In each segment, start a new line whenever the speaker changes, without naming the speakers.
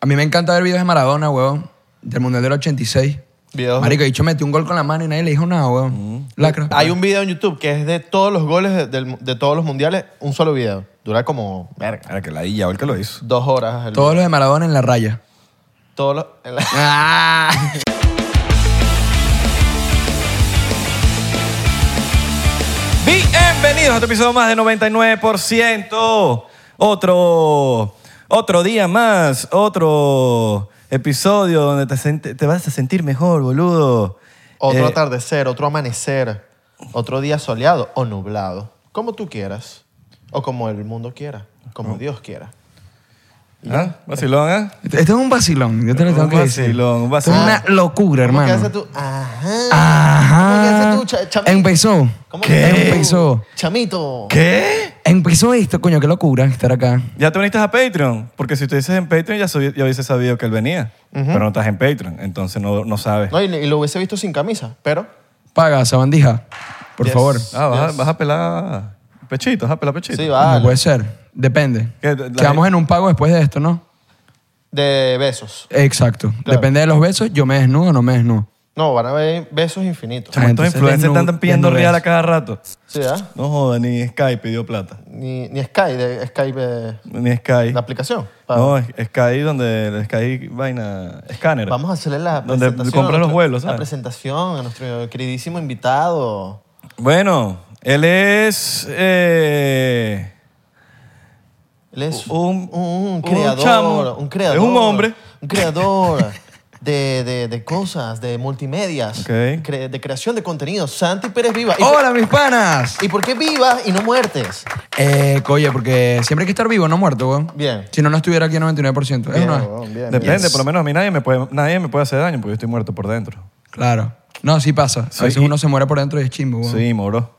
A mí me encanta ver videos de Maradona, weón. Del Mundial del 86.
Videos.
Marico, dicho metió un gol con la mano y nadie le dijo nada,
Mm.
weón. Lacra.
Hay un video en YouTube que es de todos los goles de, del- de todos los mundiales, un solo video. Dura como, verga,
Ahora que la dilla, el que lo hizo.
dos horas. el-
Todos los de Maradona en la raya.
todos los- en la- Ah.
Bienvenidos a otro episodio más de 99%. Otro, otro día más, otro episodio donde te, sent- te vas a sentir mejor, boludo.
otro
Eh,
atardecer, otro amanecer, otro día soleado o nublado. Como tú quieras. O como el mundo quiera. Como Dios quiera.
¿Ah? ¿Vacilón, eh?
Esto Este, es un vacilón. Yo te lo
Un
tengo que decir.
vacilón, un
Esto es
vacilón.
una locura,
¿Cómo que
hermano.
haces tú? Ajá.
Ajá.
¿Cómo que haces tú, cha- chamito?
Empezó.
¿Cómo que haces tú,
Empezó.
Chamito.
¿Qué?
Empezó esto, coño, qué locura estar acá.
Ya te uniste a Patreon, porque si te dices en Patreon ya, soy- ya hubiese sabido que él venía, pero no estás en Patreon, entonces no, no sabes.
No, y, y lo hubiese visto sin camisa, pero
Paga, sabandija. Por
Yes.
favor.
Ah, vas, a-
Yes.
vas a pelar pechito, vas a pelar pechito.
sí,
No puede
vale.
ser. Depende.
¿Qué, la-
Quedamos en un pago después de esto, ¿no?
De besos.
Exacto.
Claro.
Depende de los besos. Yo me desnudo o no me desnudo.
No, van a haber besos infinitos.
Chamo, estos
Entonces,
influencers
desnudo-
están pidiendo
desnudez.
real a cada rato.
Sí, ¿verdad?
No joda, ni Sky pidió plata.
Ni, ni Sky, de Sky eh,
Ni Sky.
la aplicación. Pa-
No, es- Sky donde el Sky vaina escáner.
Vamos a hacerle la
Donde
presentación.
compras
a
los
nuestro-
vuelos, ¿sabes?
La presentación a nuestro queridísimo invitado.
Bueno, él es eh,
Él es
Un-
un,
un
creador.
chamo.
un creador.
Es un hombre.
Un creador de, de- de cosas, de multimedias.
Ok.
cre- de creación de contenido. Santi Pérez Viva. ¿Y,
¡Hola, mis panas!
¿Y por qué vivas y no muertes?
Eh, oye, porque siempre hay que estar vivo, no muerto, weón.
Bien.
Si no, no estuviera aquí en 99%. ¿Es o no es?
Bien, bien,
depende,
bien.
por lo menos a mí nadie me puede, nadie me puede hacer daño porque yo estoy muerto por dentro.
Claro. No, sí pasa.
Sí,
A veces
y-
uno se muere por dentro y es chimbo, weón.
Sí, moro.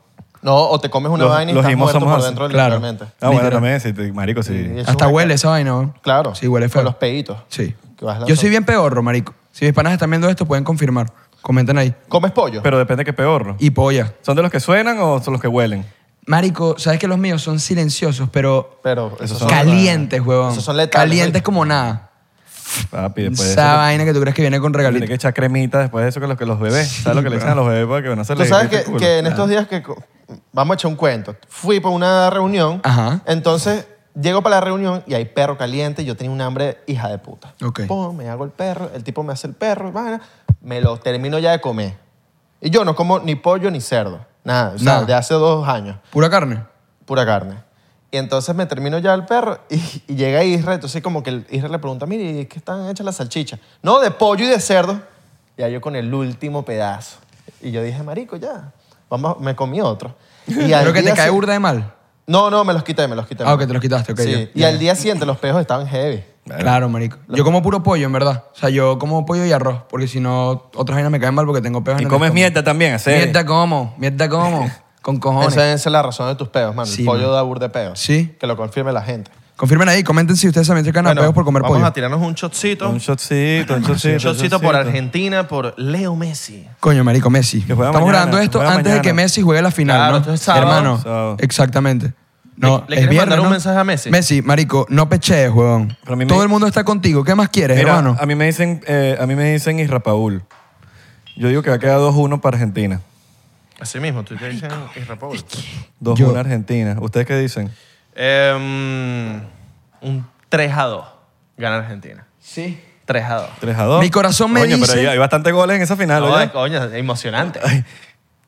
No, o te comes una
Los-
vaina y
los
estás
himos
muerto
somos
por
así.
dentro
Claro.
literalmente.
Ah, bueno,
Literal.
también, si te- marico, sí.
Y
Hasta
eso es una
huele esa vaina, weón.
Claro.
Sí, huele feo.
Con los peitos.
Sí.
Que vas
Yo
lanzando.
soy bien peorro, marico. Si mis panas están viendo esto, pueden confircar. Comenten ahí.
¿Comes pollo?
Pero depende que peor. ¿no?
Y polla.
¿Son de los que suenan o son los que huelen?
Marico, ¿sabes que los míos son silenciosos, pero
Pero
Esos
esos
son-
son
calientes, huevón?
Esos son letales.
Calientes como nada.
Papi, después de
Esa
eso,
vaina que tú crees que viene con
tiene
regalito.
que echar cremita después de eso que los, que los bebés. ¿Sabes lo que le echan a este los bebés para que no se
Tú
les
sabes
irrite el
que,
culo?
que en estos días que... co- Vamos a echar un cuento. Fui para una reunión.
Ajá.
Entonces, llego para la reunión y hay perro caliente. y Yo tenía un hambre hija de puta.
Ok.
Pum, me hago el perro. El tipo me hace el perro. vaina, me lo termino ya de comer. Y yo no como ni pollo ni cerdo. Nada. O sea,
Nada.
de hace dos años.
Pura carne.
pura carne. Y entonces me termino ya el perro y, y llega Israel. Entonces como que el- Israel le pregunta, mire, ¿y qué están hechas las salchichas? No, de pollo y de cerdo. Ya yo con el último pedazo. Y yo dije, marico, ya. Vamos, me comí otro. Y al
Creo que te
día
cae
si-
burda de mal.
No, no, me los quité, me los quité.
Ah, ok, te los quitaste, ok,
Sí.
ya,
Y
ya.
al día siguiente los pejos estaban heavy.
Claro, marico. Yo como puro pollo, en verdad. O sea, yo como pollo y arroz, porque si no, otras vainas me caen mal porque tengo peos en
Y
el
comes
estómago.
mierda también, hacer.
Mierda como, mierda como, con cojones.
Esa, esa es la razón de tus peos, mano.
Sí,
el pollo
mano.
da burde peos.
Sí.
Que lo confirme la gente.
Confirmen ahí, comenten si ustedes también se caen a peos por comer
vamos
pollo.
a tirarnos un shotcito.
Un shotcito, un shotcito.
un shotcito por
shotcito.
Argentina, por Leo Messi.
Coño, marico, Messi.
juega
Estamos
mañana,
grabando esto
que juega
antes de que
mañana.
Messi juegue la final,
Claro,
¿no?
esto es sábado.
Hermano,
Sábado.
exactamente. No,
le
es
quieres
viernes,
mandar un
¿no?
mensaje a Messi?
Messi, marico, no pechees, huevón.
Pero a mí me-
Todo el mundo está contigo. ¿Qué más quieres,
Mira,
hermano?
a mí me dicen, eh, a mí me dicen Isra Paul. Yo digo que va a quedar 2-1 para Argentina.
Así mismo, tú te dicen Israel Paul.
2-1 Argentina. ¿Ustedes qué dicen?
Em, un 3 a 2 gana Argentina.
Sí.
3 a 2.
3 2.
Mi corazón me
Coño, pero
dice-
hay, hay bastantes goles en esa final,
No,
¿oye?
eh, coño, es emocionante.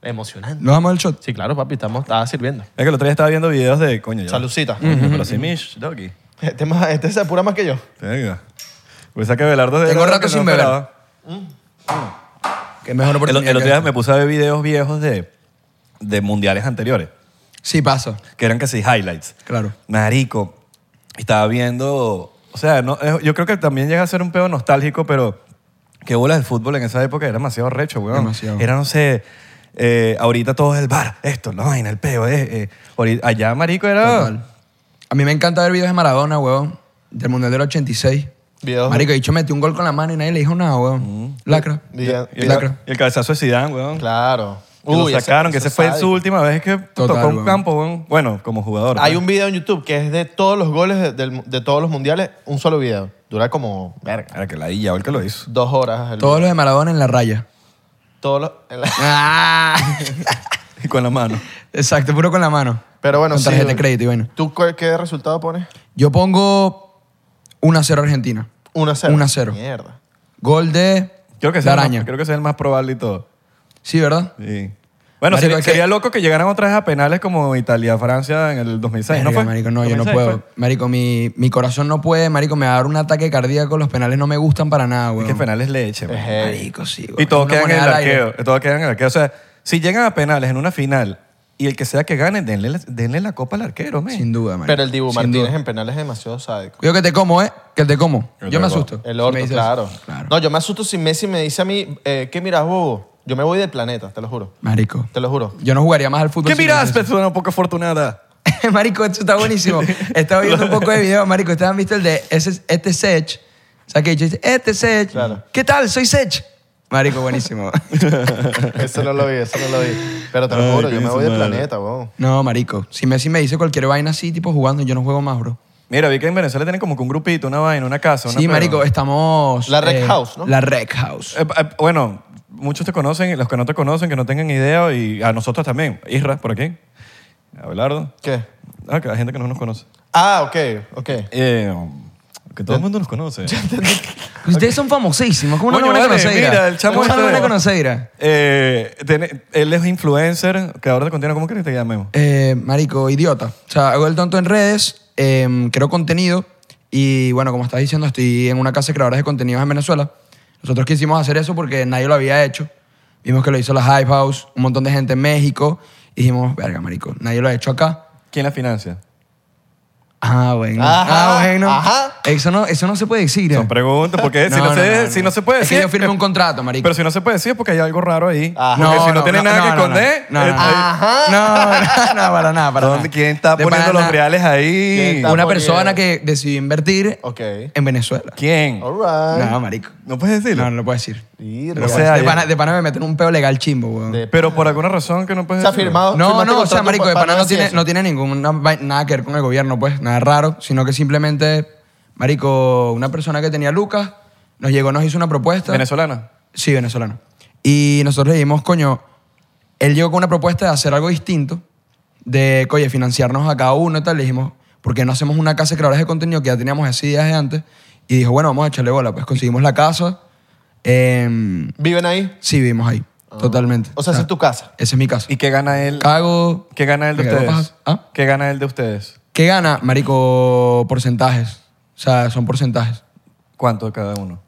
Emocionante.
¿Nos vamos al shot?
Sí, claro, papi, estamos, estaba sirviendo.
Es que el otro día estaba viendo videos de. Coño, ya.
Salucita.
Coño, pero sí, Mish, Doggy.
Este, más- este se apura más que yo.
Venga. Pensaba que Pues Belardo era
Tengo
lo
rato
que no
sin beber.
esperaba.
Qué mejor
El,
oportunidad.
el otro
que
día
esta.
me puse a ver videos viejos de, de mundiales anteriores,
Sí, pasa.
que eran casi highlights.
Claro.
Marico, estaba viendo. O sea, no, eh, yo creo que también llega a ser un pedo nostálgico, pero que bolas del fútbol en esa época era demasiado recho, weón.
Demasiado.
Era, no sé. eh, ahorita todo es el bar, esto, la vaina, el peo. eh, eh. Ahorita- allá, marico, era.
Total. A mí me encanta ver videos de Maradona, huevón. Del Mundial del 86.
Videos.
Marico, dicho metió un gol con la mano y nadie le dijo nada, huevón.
Mm.
Lacra.
Diga-
Y el,
diga-
Lacra.
y el cabezazo de Zidane, weón.
Claro.
Que
Uy,
lo
ese-
sacaron, que
ese
esa fue
sádico.
su última vez que
Total,
tocó un
weón.
campo, weón. Bueno, como jugador.
Hay
pues.
un video en YouTube que es de todos los goles de, del- de todos los mundiales, un solo video. Dura como, verga,
Era que la dilla, el que lo hizo.
dos horas. el-
Todos los de Maradona en la raya.
todos los- en la-
Ah,
Y con la mano.
Exacto, puro con la mano.
Pero bueno,
Con
sí.
tarjeta de crédito y bueno.
¿Tú cuál- qué resultado pones?
Yo pongo 1-0 Argentina.
1-0.
1-0.
Mierda.
Gol de
Creo que, sea el más-
Araña.
creo que sea el más probable y todo.
Sí, ¿verdad?
Sí. Bueno,
Marico,
sería,
es que-
sería loco que llegaran otra vez a penales como Italia-Francia en el 2006, ¿no
Verga,
fue?
Marico, no, yo no
2006
puedo.
fue.
Marico, mi, mi corazón no puede. Marico, me va a dar un ataque cardíaco. Los penales no me gustan para nada, güey.
Es que penales le echen. man.
heavy.
Marico, sí,
Y
weón.
todos
Una
quedan en el
moneda al aire.
arqueo. Todos quedan en el arqueo. O sea, si llegan a penales en una final y el que sea que gane, denle, la- denle la copa al arquero, man.
Sin duda, marico.
Pero el Dibu
Sin
Martínez
duda.
en penales es demasiado sádico.
Cuidado que te como, ¿eh? Que te como.
El
Yo me
orto.
asusto.
El
si me
orto,
dices
claro.
eso. Claro.
No, yo me asusto si Messi me dice a mí, eh, ¿qué miras, bobo? Yo me voy del planeta, te lo juro.
Marico.
Te lo juro.
Yo no jugaría más al fútbol.
¿Qué
si me
miras,
dices
persona poco afortunada?
eso. Marico, esto está buenísimo. Estaba viendo un poco de video, Marico. Ustedes han visto el de ese, este Sech. O sea, que dice, este Sech.
Claro.
¿Qué tal? Soy Sech. Marico, buenísimo.
Eso no lo vi, eso no lo vi. Pero te lo
Ay,
juro, yo
coño,
me voy
su
del
madre.
planeta, weón.
no, marico. Si Messi me dice cualquier vaina así, tipo jugando, yo no juego más, bro.
Mira, vi que en Venezuela tienen como que un grupito, una vaina, una casa. una
Sí,
prueba.
marico, estamos... eh,
La Rec House, ¿no?
La Rec House.
Eh, eh, bueno, muchos te conocen, y los que no te conocen, que no tengan idea, y a nosotros también. Isra, por aquí. Abelardo.
¿Qué?
Ah, que la gente que no nos conoce.
Ah, ok, ok.
Eh, que todo el mundo nos conoce.
Ustedes son famosísimos. ¿Cómo no
Coño,
lo van a
vale,
conocer?
mira, el chamo
¿Cómo no lo
este-
van a conocer?
Eh, tiene- él es influencer, creador de contenido. ¿Cómo quieres que te llamemos?
Eh, marico, idiota. O sea, hago el tonto en redes, eh, creo contenido y bueno, como estás diciendo, estoy en una casa de creadores de contenidos en Venezuela. Nosotros quisimos hacer eso porque nadie lo había hecho. Vimos que lo hizo la Hype House, un montón de gente en México. Y dijimos, verga, marico, nadie lo ha hecho acá.
¿Quién la financia?
Ah, bueno.
Ajá,
ah, bueno.
ajá.
Eso no, eso no se puede decir. ¿eh?
Son preguntas, porque si, no, se, si no se puede
Es
decir. eh,
que yo firmé un contrato, marico.
Pero si no se puede decir es porque hay algo raro ahí.
Ajá.
Porque si no, tiene nada que
no,
esconder.
No, no,
eh,
no,
ahí-
No, no, no, para nada, para
¿Dónde-
nada.
¿Quién está
De
poniendo
pana,
los reales
¿Quién
ahí?
está?
Una
poniendo?
persona que decidió invertir
Ok.
en Venezuela.
¿Quién?
All right.
No, marico.
No puedes decirlo.
Oh. No, no lo puedo decir.
Mierda.
No lo
O sea,
puedo decir. de,
ya-
pana, de pana me meten un peo legal chimbo, weón.
De-
Pero por alguna razón que no puedes
Se ha
decirlo.
firmado.
No,
firmaste
no, o sea,
contrato
marico,
pa-
de
pa-
pana no
decir
tiene,
eso.
no tiene ninguna vai- nada que ver con el gobierno, pues, nada raro, sino que simplemente, marico, una persona que tenía Lucas nos llegó, nos hizo una propuesta.
¿Venezolana?
Sí, venezolano. Y nosotros le dijimos, coño, él llegó con una propuesta de hacer algo distinto, de, oye, financiarnos a cada uno y tal. Le dijimos, ¿por qué no hacemos una casa de creadores de contenido que ya teníamos esas ideas de antes? Y dijo, bueno, vamos a echarle bola. Pues conseguimos la casa. em,
¿Viven ahí?
sí, vivimos ahí,
Ah.
totalmente.
O sea, esa es tu casa.
Esa es mi casa.
¿Y qué gana él?
Cago.
¿Qué gana él de
me cago
ustedes?
pajas. ¿Ah?
¿Qué gana él de ustedes?
¿Qué gana, marico? Porcentajes. O sea, son porcentajes.
¿Cuánto de cada uno?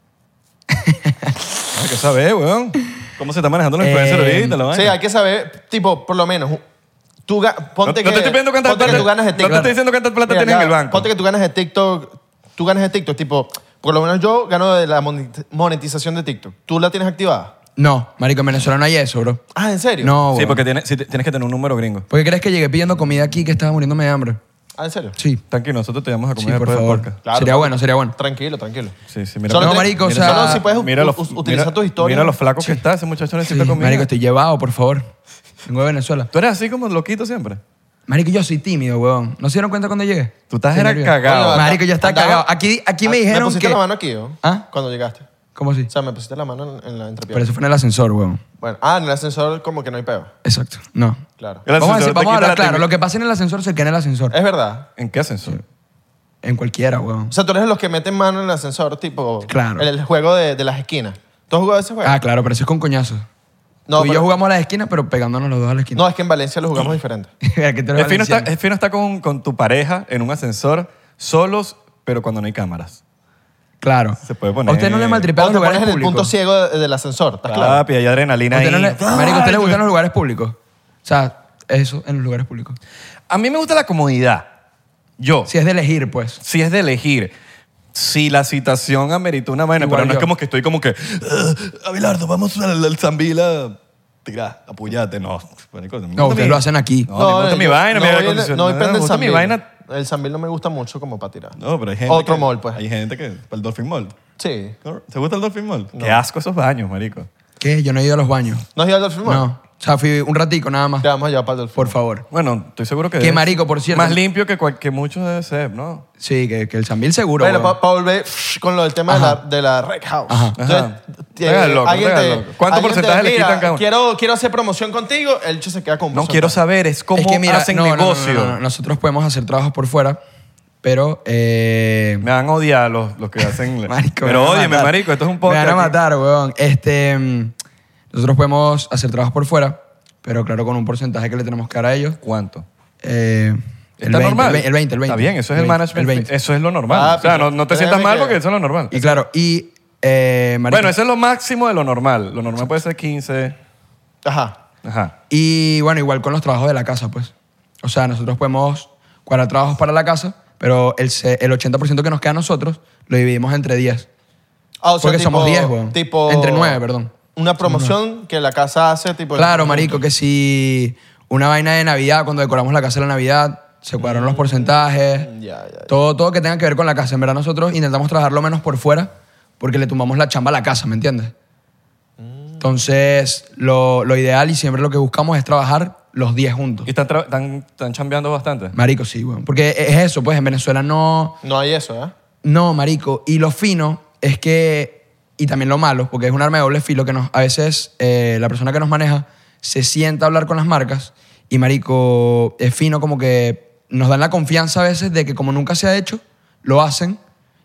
Hay que saber, weón. ¿Cómo se está manejando la influencer
Eh,
ahorita? La vaina?
Sí, hay que saber, tipo, por lo menos, tú ga-
No-
ponte que,
no, te estoy pidiendo cuántas
ponte que tú ganas de
no te
TikTok.
estoy diciendo cuántas plata
Mira,
tienes en
ya,
el banco.
Ponte que tú ganas de TikTok, tú ganas de TikTok, tipo, por lo menos yo gano de la monet- monetización de TikTok. ¿Tú la tienes activada?
No, marico, en Venezuela no hay eso, bro.
Ah, ¿en serio?
No,
Sí,
weón.
porque tiene- sí, t- tienes que tener un número gringo.
¿Por qué crees que llegué pidiendo comida aquí que estaba muriéndome de hambre?
Ah, ¿en serio?
Sí.
Tranquilo, nosotros te llamamos a
Sí,
comer
por
después del
favor.
podcast.
Claro.
sería bueno, sería bueno.
Tranquilo, tranquilo.
Sí, sí, mira.
Solo No,
te-
marico, o
mira,
sea,
solo si puedes u-
mira los-
u- utilizar
mira-
tus historias.
Mira los flacos que está, ese muchacho necesita
Sí,
comida.
Marico, estoy llevado, por favor. Vengo de Venezuela.
Tú eres así como loquito siempre.
Marico, yo soy tímido, weón. ¿No se dieron cuenta cuando llegué?
Tú estás
Estoy
era
nervioso.
cagado.
Marico, yo estaba
Andaba-
cagado. Aquí, aquí
Ah,
me dijeron
Me pusiste
que...
la mano aquí, ¿o?
¿Ah?
Cuando llegaste.
¿Cómo así?
O sea, me pusiste la mano en, en la
Pero
entrepierna.
eso fue en el ascensor, weón.
Bueno, ah, en el ascensor como que no hay peo.
Exacto. No.
Claro.
El
vamos a, decir- vamos a
ascensor te quita
hablar
la
claro.
timidez.
Lo que pasa en el ascensor se queda en el ascensor.
Es verdad.
¿En qué ascensor?
En cualquiera, weón.
O sea, tú eres de los que meten mano en el ascensor, tipo.
Claro.
En el juego de, de las esquinas. ¿Tú has jugado ese juego?
Ah, claro, pero eso es con coñazos.
No,
Tú y
pero-
yo jugamos a la esquina, pero pegándonos los dos a la esquina.
No, es que en Valencia lo
Mm.
jugamos diferente.
Mira, que tú eres
Es fino, está,
valenciano.
es fino estar con, con tu pareja en un ascensor, solos, pero cuando no hay cámaras.
Claro.
Se puede poner-
¿Usted no le maltripea
O
los
te
lugares
pones en el punto
públicos?
ciego de- del ascensor,
Ah,
¿estás claro?
Papi, hay adrenalina ahí.
¿Usted no le- Marico, ¿a usted le gustan los lugares públicos? O sea, eso en los lugares públicos.
A mí me gusta la comodidad. Yo.
Si es de elegir, pues.
si es de elegir, si la citación amerita una vaina,
Igual
pero no
yo.
es como que estoy como que, "Ah, Abelardo, vamos al, al Zambila, tirá, apóyate, no. marico, me gusta
ustedes
mi-
lo hacen aquí.
No, me gusta mi vaina,
no,
mi aire
voy-
acondicionado,
No voy prende
me
el
gusta mi
Sambil.
vaina.
El Sambil no me gusta mucho como para tirar.
No, pero hay gente
Otro
que-
mall, pues.
Hay gente que, para el Dolphin Mall.
Sí.
¿Te gusta el Dolphin Mall? Qué asco esos baños, marico.
¿Qué? Yo no he ido a los baños.
¿No has ido al Dolphin Mall?
No. O sea, fui un ratico nada más.
Te vamos a llevar para el Dolphin.
Por favor.
Bueno, estoy seguro que.
Qué
es
marico, por cierto.
Más limpio que, cual- que muchos debe ser, ¿no?
Sí, que, que el Sambil seguro.
Bueno,
weón.
para volver con lo del tema de la, de la Red House.
Ajá.
Ajá. Pégale loco, pégale loco. ¿Cuánto porcentaje le
mira,
quitan cada uno?
Quiero, quiero hacer promoción contigo, el hecho se queda con
No
porcentaje.
quiero saber, es cómo
es que mira,
hacen
no, no, no,
negocio.
no, no, no. Nosotros podemos hacer trabajos por fuera, pero. eh,
Me van a odiar los, los que hacen. la-
Marico, me
Pero
van a
óyeme,
matar.
marico, esto es un
Me
podcast.
van a
aquí.
matar, weón. Este, mm, nosotros podemos hacer trabajos por fuera, pero claro, con un porcentaje que le tenemos que dar a ellos.
¿Cuánto?
Eh, el
Está
20,
normal.
El 20, el 20, el 20.
Está bien, eso es el,
20,
management.
El 20.
Eso es lo normal.
Ah,
o sea, no,
pero
no te
créeme
sientas mal
que-
porque eso es lo normal.
Y claro, y. eh, marico,
Bueno, eso es lo máximo de lo normal. Lo normal puede ser 15.
Ajá.
Ajá.
Y bueno, igual con los trabajos de la casa, pues. O sea, nosotros podemos cuadrar trabajos para la casa, pero el, se- el 80% que nos queda a nosotros lo dividimos entre 10.
Ah, o sea,
Porque somos
tipo-
10, weón.
Tipo,
Entre 9, perdón.
Una promoción que la casa hace, tipo...
Claro, marico, que si una vaina de Navidad, cuando decoramos la casa de la Navidad, se cuadraron los porcentajes.
Ya, ya, ya.
Todo, todo que tenga que ver con la casa. En verdad, nosotros intentamos trabajar lo menos por fuera porque le tumbamos la chamba a la casa, ¿me entiendes? Entonces, lo, lo ideal y siempre lo que buscamos es trabajar los 10 juntos.
Y están, tra- están, están chambeando bastante.
Marico, sí, weón. Porque es eso, pues en Venezuela no.
No hay eso, ¿eh?
No, marico. Y lo fino es que, y también lo malo, porque es un arma de doble filo que nos, a veces eh, la persona que nos maneja se sienta a hablar con las marcas y, marico, es fino como que nos dan la confianza a veces de que como nunca se ha hecho, lo hacen,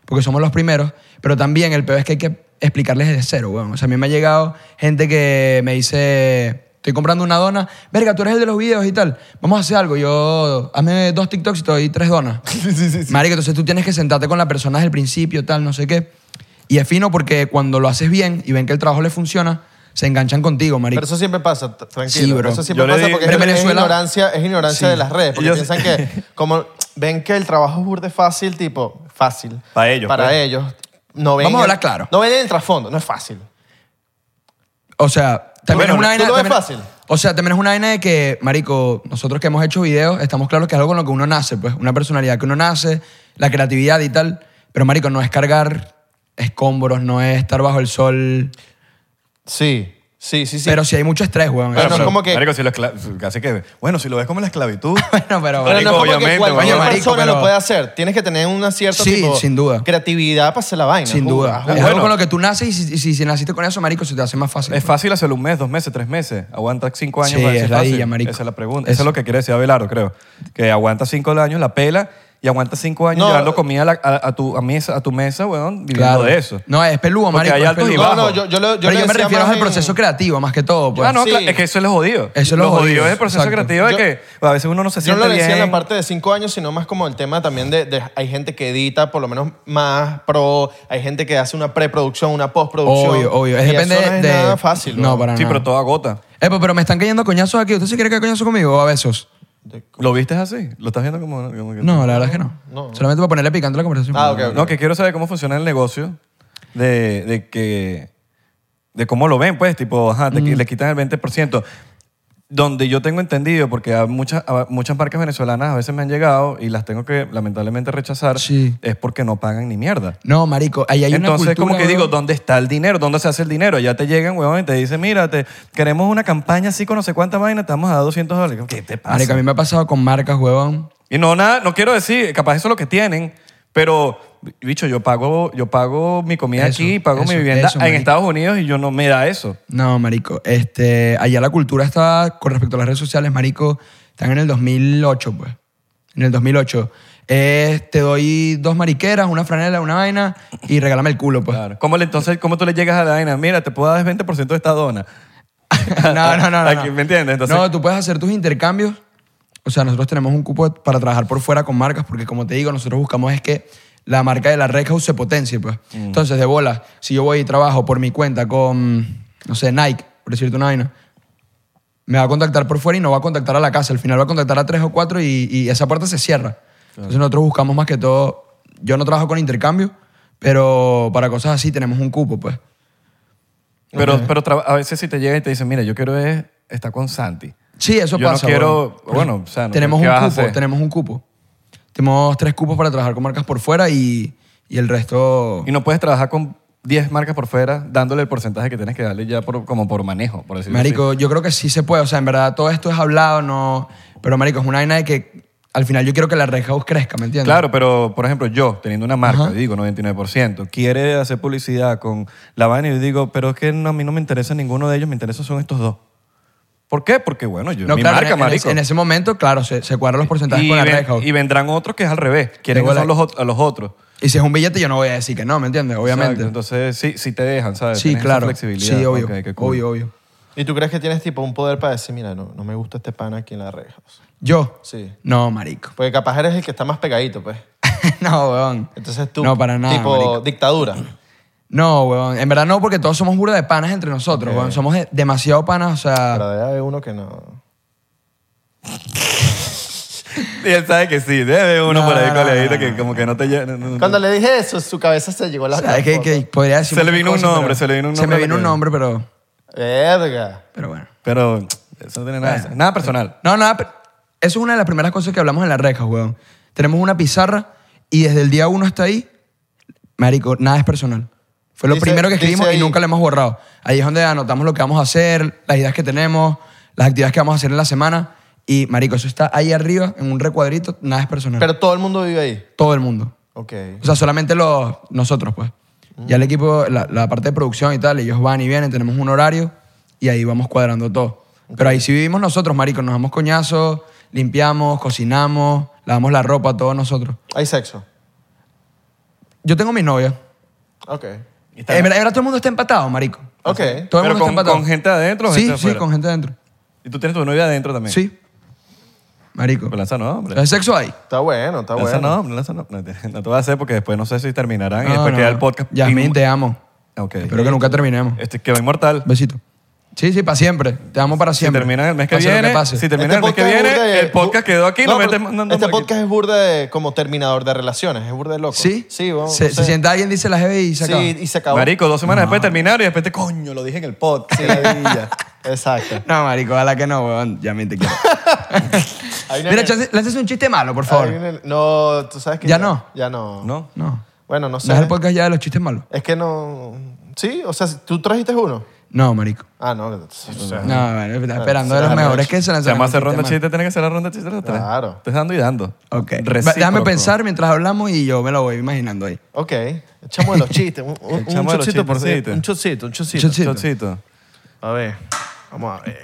porque somos los primeros, pero también el peor es que hay que explicarles desde cero, weón. O sea, a mí me ha llegado gente que me dice... Estoy comprando una dona. Verga, tú eres el de los videos y tal. Vamos a hacer algo. Yo, hazme dos TikToks y te doy tres donas. Marico, entonces tú tienes que sentarte con la persona desde el principio, tal, no sé qué. Y es fino porque cuando lo haces bien y ven que el trabajo le funciona, se enganchan contigo, marico.
Pero eso siempre pasa, t- tranquilo.
Sí, bro.
Eso siempre
Yo le
pasa
digo-
porque
Pero
es, es
Venezuela-
ignorancia, es ignorancia
Sí.
de las redes. Porque
Yo-
piensan que, como ven que el trabajo es burde fácil, tipo, fácil.
Pa' ellos,
Para
pues.
ellos. No ven
Vamos a
el-
hablar claro.
No ven el trasfondo, no es fácil.
O sea, también
Bueno,
es una
¿tú
vaina...
lo ves
también-
fácil?
O sea, también es una vaina de que, marico, nosotros que hemos hecho videos, estamos claros que es algo con lo que uno nace, pues. Una personalidad que uno nace, la creatividad y tal. Pero, marico, no es cargar escombros, no es estar bajo el sol.
Sí, sí, sí, sí.
Pero sí hay mucho estrés, weón.
Bueno,
Eso-
no es como que-
Marico, si lo escla- casi que... Bueno, si lo ves como la esclavitud...
Bueno, pero...
Pero no
Marico,
es como que
obviamente,
cualquier
marico,
persona
pero-
lo puede hacer. Tienes que tener una cierta
Sí,
tipo,
sin duda.
creatividad para hacer la vaina.
sin
juro,
duda.
juro.
Es algo
Bueno.
con lo que tú naces y si, y si- si naciste con eso, marico, se te hace más fácil.
Es
pues.
fácil hacerlo un mes, dos meses, tres meses. Aguanta cinco años
Sí,
para decir
es la
fácil.
dilla, marico.
Esa es la pregunta.
Eso.
Eso es lo que quiere decir Abelardo, creo. Que aguanta cinco años, la pela, y aguanta cinco años
No.
llevando comida a, la- a- a tu, a, mesa, a tu mesa, weón, viviendo
Claro.
de eso.
No, es peludo,
Porque
marico.
hay
es
altos y
peludo.
bajos.
No, no, yo, yo, lo- yo
pero
le
yo me
decía
refiero
más
al
en-
proceso creativo, más que todo. Pues.
ah, no,
sí.
claro, es que eso es lo jodido.
Eso es lo
lo
jodido,
es el proceso
exacto.
creativo
Yo-
de que a veces uno no se
Yo
siente
no lo decía
bien.
en la parte de cinco años, sino más como el tema también de, de- hay gente que edita por lo menos más pro, hay gente que hace una preproducción, una postproducción.
Obvio, obvio. Es
Y
depende
eso no es
de.
nada fácil.
No,
¿no?
para
sí,
nada.
pero todo agota.
Epo, Eh, pues, pero me están cayendo coñazos aquí. ¿Usted se quiere caer coñazo conmigo o a besos?
¿Lo viste así? ¿Lo estás viendo como.? como que-
No, la verdad es que no.
No.
Solamente para ponerle picante a la conversación.
Ah, ok, ok.
No, que quiero saber cómo funciona el negocio de, de que. de cómo lo ven, pues, tipo, ajá, te
Mm.
qui- le quitan el 20%. Donde yo tengo entendido, porque a muchas, a muchas marcas venezolanas a veces me han llegado y las tengo que lamentablemente rechazar,
Sí.
es porque no pagan ni mierda.
No, marico, ahí hay
Entonces,
una cultura.
como que digo,
weón.
¿dónde está el dinero? ¿Dónde se hace el dinero? Ya te llegan, weón, y te dicen, mira, te, queremos una campaña así con no sé cuánta vaina, te vamos a dar 200 dólares. ¿Qué te pasa?
Marico, a mí me ha pasado con marcas, huevón.
Y no, nada, no quiero decir, capaz eso es lo que tienen, pero, bicho, yo pago, yo pago mi comida
Eso,
aquí, pago mi
eso,
vivienda
eso,
en
marico.
Estados Unidos y yo no me da eso.
No, marico. Este, allá la cultura está, con respecto a las redes sociales, marico, están en el 2008, pues. En el 2008. Es, Eh, te doy dos mariqueras, una franela, una vaina y regálame el culo, pues.
Claro. ¿Cómo le- entonces, cómo tú le llegas a la vaina? Mira, te puedo dar 20% de esta dona.
no, no, no, no,
Aquí,
no.
¿me entiendes? Entonces-
no, tú puedes hacer tus intercambios. O sea, nosotros tenemos un cupo para trabajar por fuera con marcas porque, como te digo, nosotros buscamos es que la marca de la Red House se potencie, pues.
Mm.
Entonces, de bola, si yo voy y trabajo por mi cuenta con, no sé, Nike, por decirte una vaina, me va a contactar por fuera y no va a contactar a la casa. Al final va a contactar a tres o cuatro y, y esa puerta se cierra. Entonces nosotros buscamos más que todo... Yo no trabajo con intercambio, pero para cosas así tenemos un cupo, pues.
Pero, pero traba- a veces si te llega y te dicen, mira, yo quiero es, estar con Santi.
Sí, eso
Yo no
pasa.
quiero-
weón.
bueno, o sea, no-
tenemos
¿qué
un
vas a
cupo,
hacer?
tenemos un cupo. Tenemos tres cupos para trabajar con marcas por fuera y, y el resto...
Y no puedes trabajar con 10 marcas por fuera, dándole el porcentaje que tienes que darle ya por- como por manejo, por decirlo así.
Marico, yo creo que sí se puede. O sea, en verdad todo esto es hablado, no. Pero, Marico, es una vaina de que al final yo quiero que la red house crezca, ¿me entiendes?
Claro, pero por ejemplo, yo teniendo una marca, digo 99%, quiere hacer publicidad con la vaina y yo digo, pero es que no, a mí no me interesa ninguno de ellos, me interesan son estos dos. ¿Por qué? Porque bueno, yo
No,
mi
claro,
marca,
en, en
marico.
ese- en ese momento, claro, se, se cuadran los porcentajes
y,
con la
ven-
red house.
y
Y,
vendrán otros que es al revés, quieren
De
que son
bola.
los, ot- a los otros.
si es un billete, yo no voy a decir que no, ¿me entiendes? Obviamente.
Exacto, Entonces sí, sí te dejan, ¿sabes?
sí,
Tienes esa
claro.
flexibilidad.
Sí, obvio.
Ok, qué cool.
Obvio, obvio.
¿Y tú crees que tienes tipo un poder para decir, mira, no, no me gusta este pana aquí en la reja?
¿Yo?
Sí.
No, Marico.
Porque capaz eres el que está más pegadito, pues.
no, weón.
Entonces tú,
No, para nada.
tipo
marico.
dictadura.
No, weón. En verdad no, porque todos somos burda de panas entre nosotros, weón. Somos de- demasiado panas, o sea.
Pero debe haber uno que no.
Y él sabe que sí, debe uno
No,
por ahí
no,
coleadita
no,
que como que no te llena. no, no,
Cuando le dije eso, su cabeza se llegó a la
o sea, que, que podría decir
Se le
muchas
vino un
cosas,
nombre,
pero-
se le vino un
Se
nombre a
me
la
vino un
cabeza.
nombre, pero.
Verga.
Pero bueno.
Pero eso no tiene nada, nada personal.
No, nada. pero- Eso es una de las primeras cosas que hablamos en la reja, weón. Tenemos una pizarra y desde el día uno hasta ahí, marico, nada es personal. Fue lo
Dice-
primero que
dice
escribimos y
ahí-
nunca lo hemos borrado. Ahí es donde anotamos lo que vamos a hacer, las ideas que tenemos, las actividades que vamos a hacer en la semana. Y, marico, eso está ahí arriba, en un recuadrito, nada es personal.
Pero todo el mundo vive ahí.
Todo el mundo.
Ok.
O sea, solamente los, nosotros, pues. Ya el equipo, la, la parte de producción y tal, ellos van y vienen, tenemos un horario y ahí vamos cuadrando todo. Pero ahí sí vivimos nosotros, marico. Nos damos coñazos, limpiamos, cocinamos, lavamos la ropa, todos nosotros.
Hay sexo.
Yo tengo mi novia.
Ok.
En verdad, en verdad todo el mundo está empatado, marico.
Ok.
Todo el mundo
Pero con-
está empatado.
con gente adentro o
Sí,
gente
sí,
afuera.
con gente adentro.
Y tú tienes tu novia adentro también.
Sí. Marico.
Pues lanza nombre.
¿El sexo ahí?
Está bueno, está
Lanza
bueno.
nombre, lanza nombre. No, te- no te voy a hacer porque después no sé si terminarán y
No,
después
no.
queda el podcast.
Yasmín, te amo.
Ok.
Espero que nunca terminemos.
Este quedó inmortal.
Besito. Sí, sí, para siempre. Te amo para
Si
siempre.
terminan el mes que
Pase lo
viene,
pase.
si terminan el mes que
Este podcast es
viene,
burda de-
el podcast quedó aquí. No,
pero
metes- no, no,
este
porque-
podcast es burda de, como terminador de relaciones. Es burda de loco.
¿Sí?
Sí, vamos.
Se,
no
se
sé.
sienta alguien, dice la jefe y se acaba.
Sí, y se acabó.
Marico, dos semanas después terminaron y después te coño, lo dije en el podcast.
Sí, ladilla. Exacto.
No, marico, a la que no, weón. Ya me te quiero.
Ahí viene-
Mira, chance- lánzase un chiste malo, por
ahí
favor.
viene- No, tú sabes que.
¿Ya no?
Ya no.
¿No?
No.
Bueno, no sé.
¿No es el podcast ya de los chistes malos?
Es que no. Sí, o sea, tú trajiste uno.
No, marico.
Ah, no. o sea,
No, bueno, está esperando
sí,
de los
Ah, la
mejores
noche.
que se
Se
lanzaron.
llama hacer
un
ronda
malo.
chiste, tiene que hacer la ronda chiste los tres.
Claro.
Estás dando y dando.
Ok. Va-
Recíproco.
Déjame pensar mientras hablamos y yo me lo voy imaginando ahí.
Ok. El chamo de los chistes. Un, un,
El chamo de los
chocito por
chistecitos.
Un chocito, un chocito.
Chocito.
Chocito.
A ver. Vamos a ver.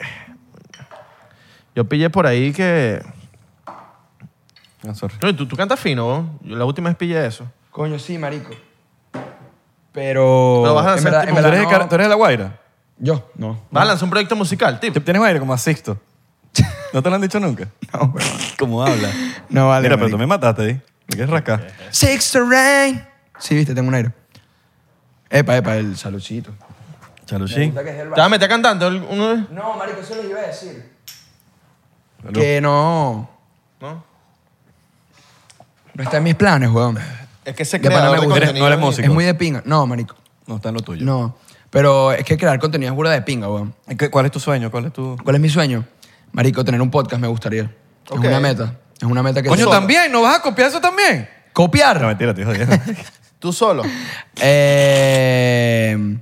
Yo pillé por ahí que.
Ah, sorry.
No, tú, tú cantas fino, ¿no? Yo la última vez pillé eso.
Coño, sí, marico. Pero...
Pero vas a
en
hacer
verdad,
tipo-
en
¿Tú
verdad
eres, de
no-
Car- tú eres de La Guaira?
Yo, no.
Vas a lanzar un proyecto musical, tipo.
Tienes Guaira como asisto. ¿No te lo han dicho nunca?
No, weón.
¿Cómo habla?
No vale,
Mira, pero
marico.
tú me mataste ahí. Me quieres rascar.
Six to rain. Sí, viste, tengo un aire. Epa, epa, el saludcito.
Chaluchín.
Te vas a meter cantando el- uno
No, marico, eso les iba a decir.
Salud.
Que no.
¿No?
No está en mis planes, weón.
Es que se
De pana
crea.
me gusta.
No eres músico.
Es muy de pinga. No, marico.
No está en lo tuyo.
No. Pero es que crear contenido es burda de pinga, weón.
¿Qué- ¿Cuál es tu sueño? ¿Cuál es tu...?
¿Cuál es mi sueño? Marico, tener un podcast me gustaría.
Ok.
Es una meta. Es una meta que...
Coño,
tengo.
también. ¿No vas a copiar eso también? No,
¿Copiar?
mentira, te jodí.
Tú solo.
Eh,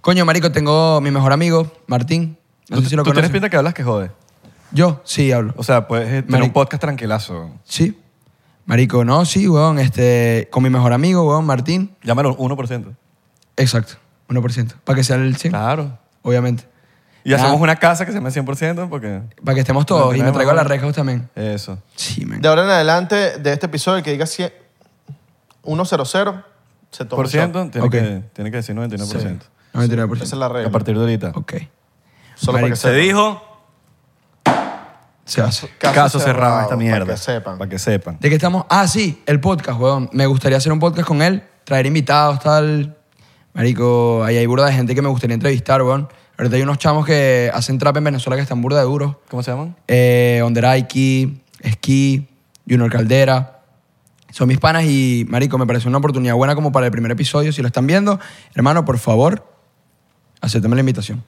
coño, marico, tengo mi mejor amigo, Martín. No
¿Tú,
sé si lo
tú tienes
conoces.
pinta que hablas que jode.
Yo, sí, hablo.
O sea, puedes eh, tener
Marico.
un podcast tranquilazo.
Sí. Marico, no, sí, weón. Este, con mi mejor amigo, weón, Martín.
Llámalo 1%.
Exacto, 1%. Para que sea el 100,
Claro.
obviamente.
Y hacemos una casa que se llame 100% porque...
Para que estemos todos.
No,
y me
tenemos
traigo a la
una-
Red House también.
Eso.
Sí, man.
De ahora en adelante, de este episodio, el que diga 100, 100, se toma.
Por
el shot.
ciento, tiene,
Ok.
que, tiene que decir 99%.
No, 99%.
Esa es la regla.
A partir de ahorita.
Ok.
Solo para
Marico,
que sepan.
dijo.
Se hace.
Caso, cerrado, esta mierda.
Para que sepan.
Para que sepan.
¿De qué estamos? Ah, sí, el podcast, weón. Me gustaría hacer un podcast con él, traer invitados, tal. Marico, ahí hay burda de gente que me gustaría entrevistar, weón. Ahorita hay unos chamos que hacen trap en Venezuela que están burda de duros.
¿Cómo se llaman?
eh, Onderaiki, Ski, Junior Caldera. Son mis panas y, marico, me parece una oportunidad buena como para el primer episodio. Si lo están viendo, hermano, por favor, aceptame la invitación.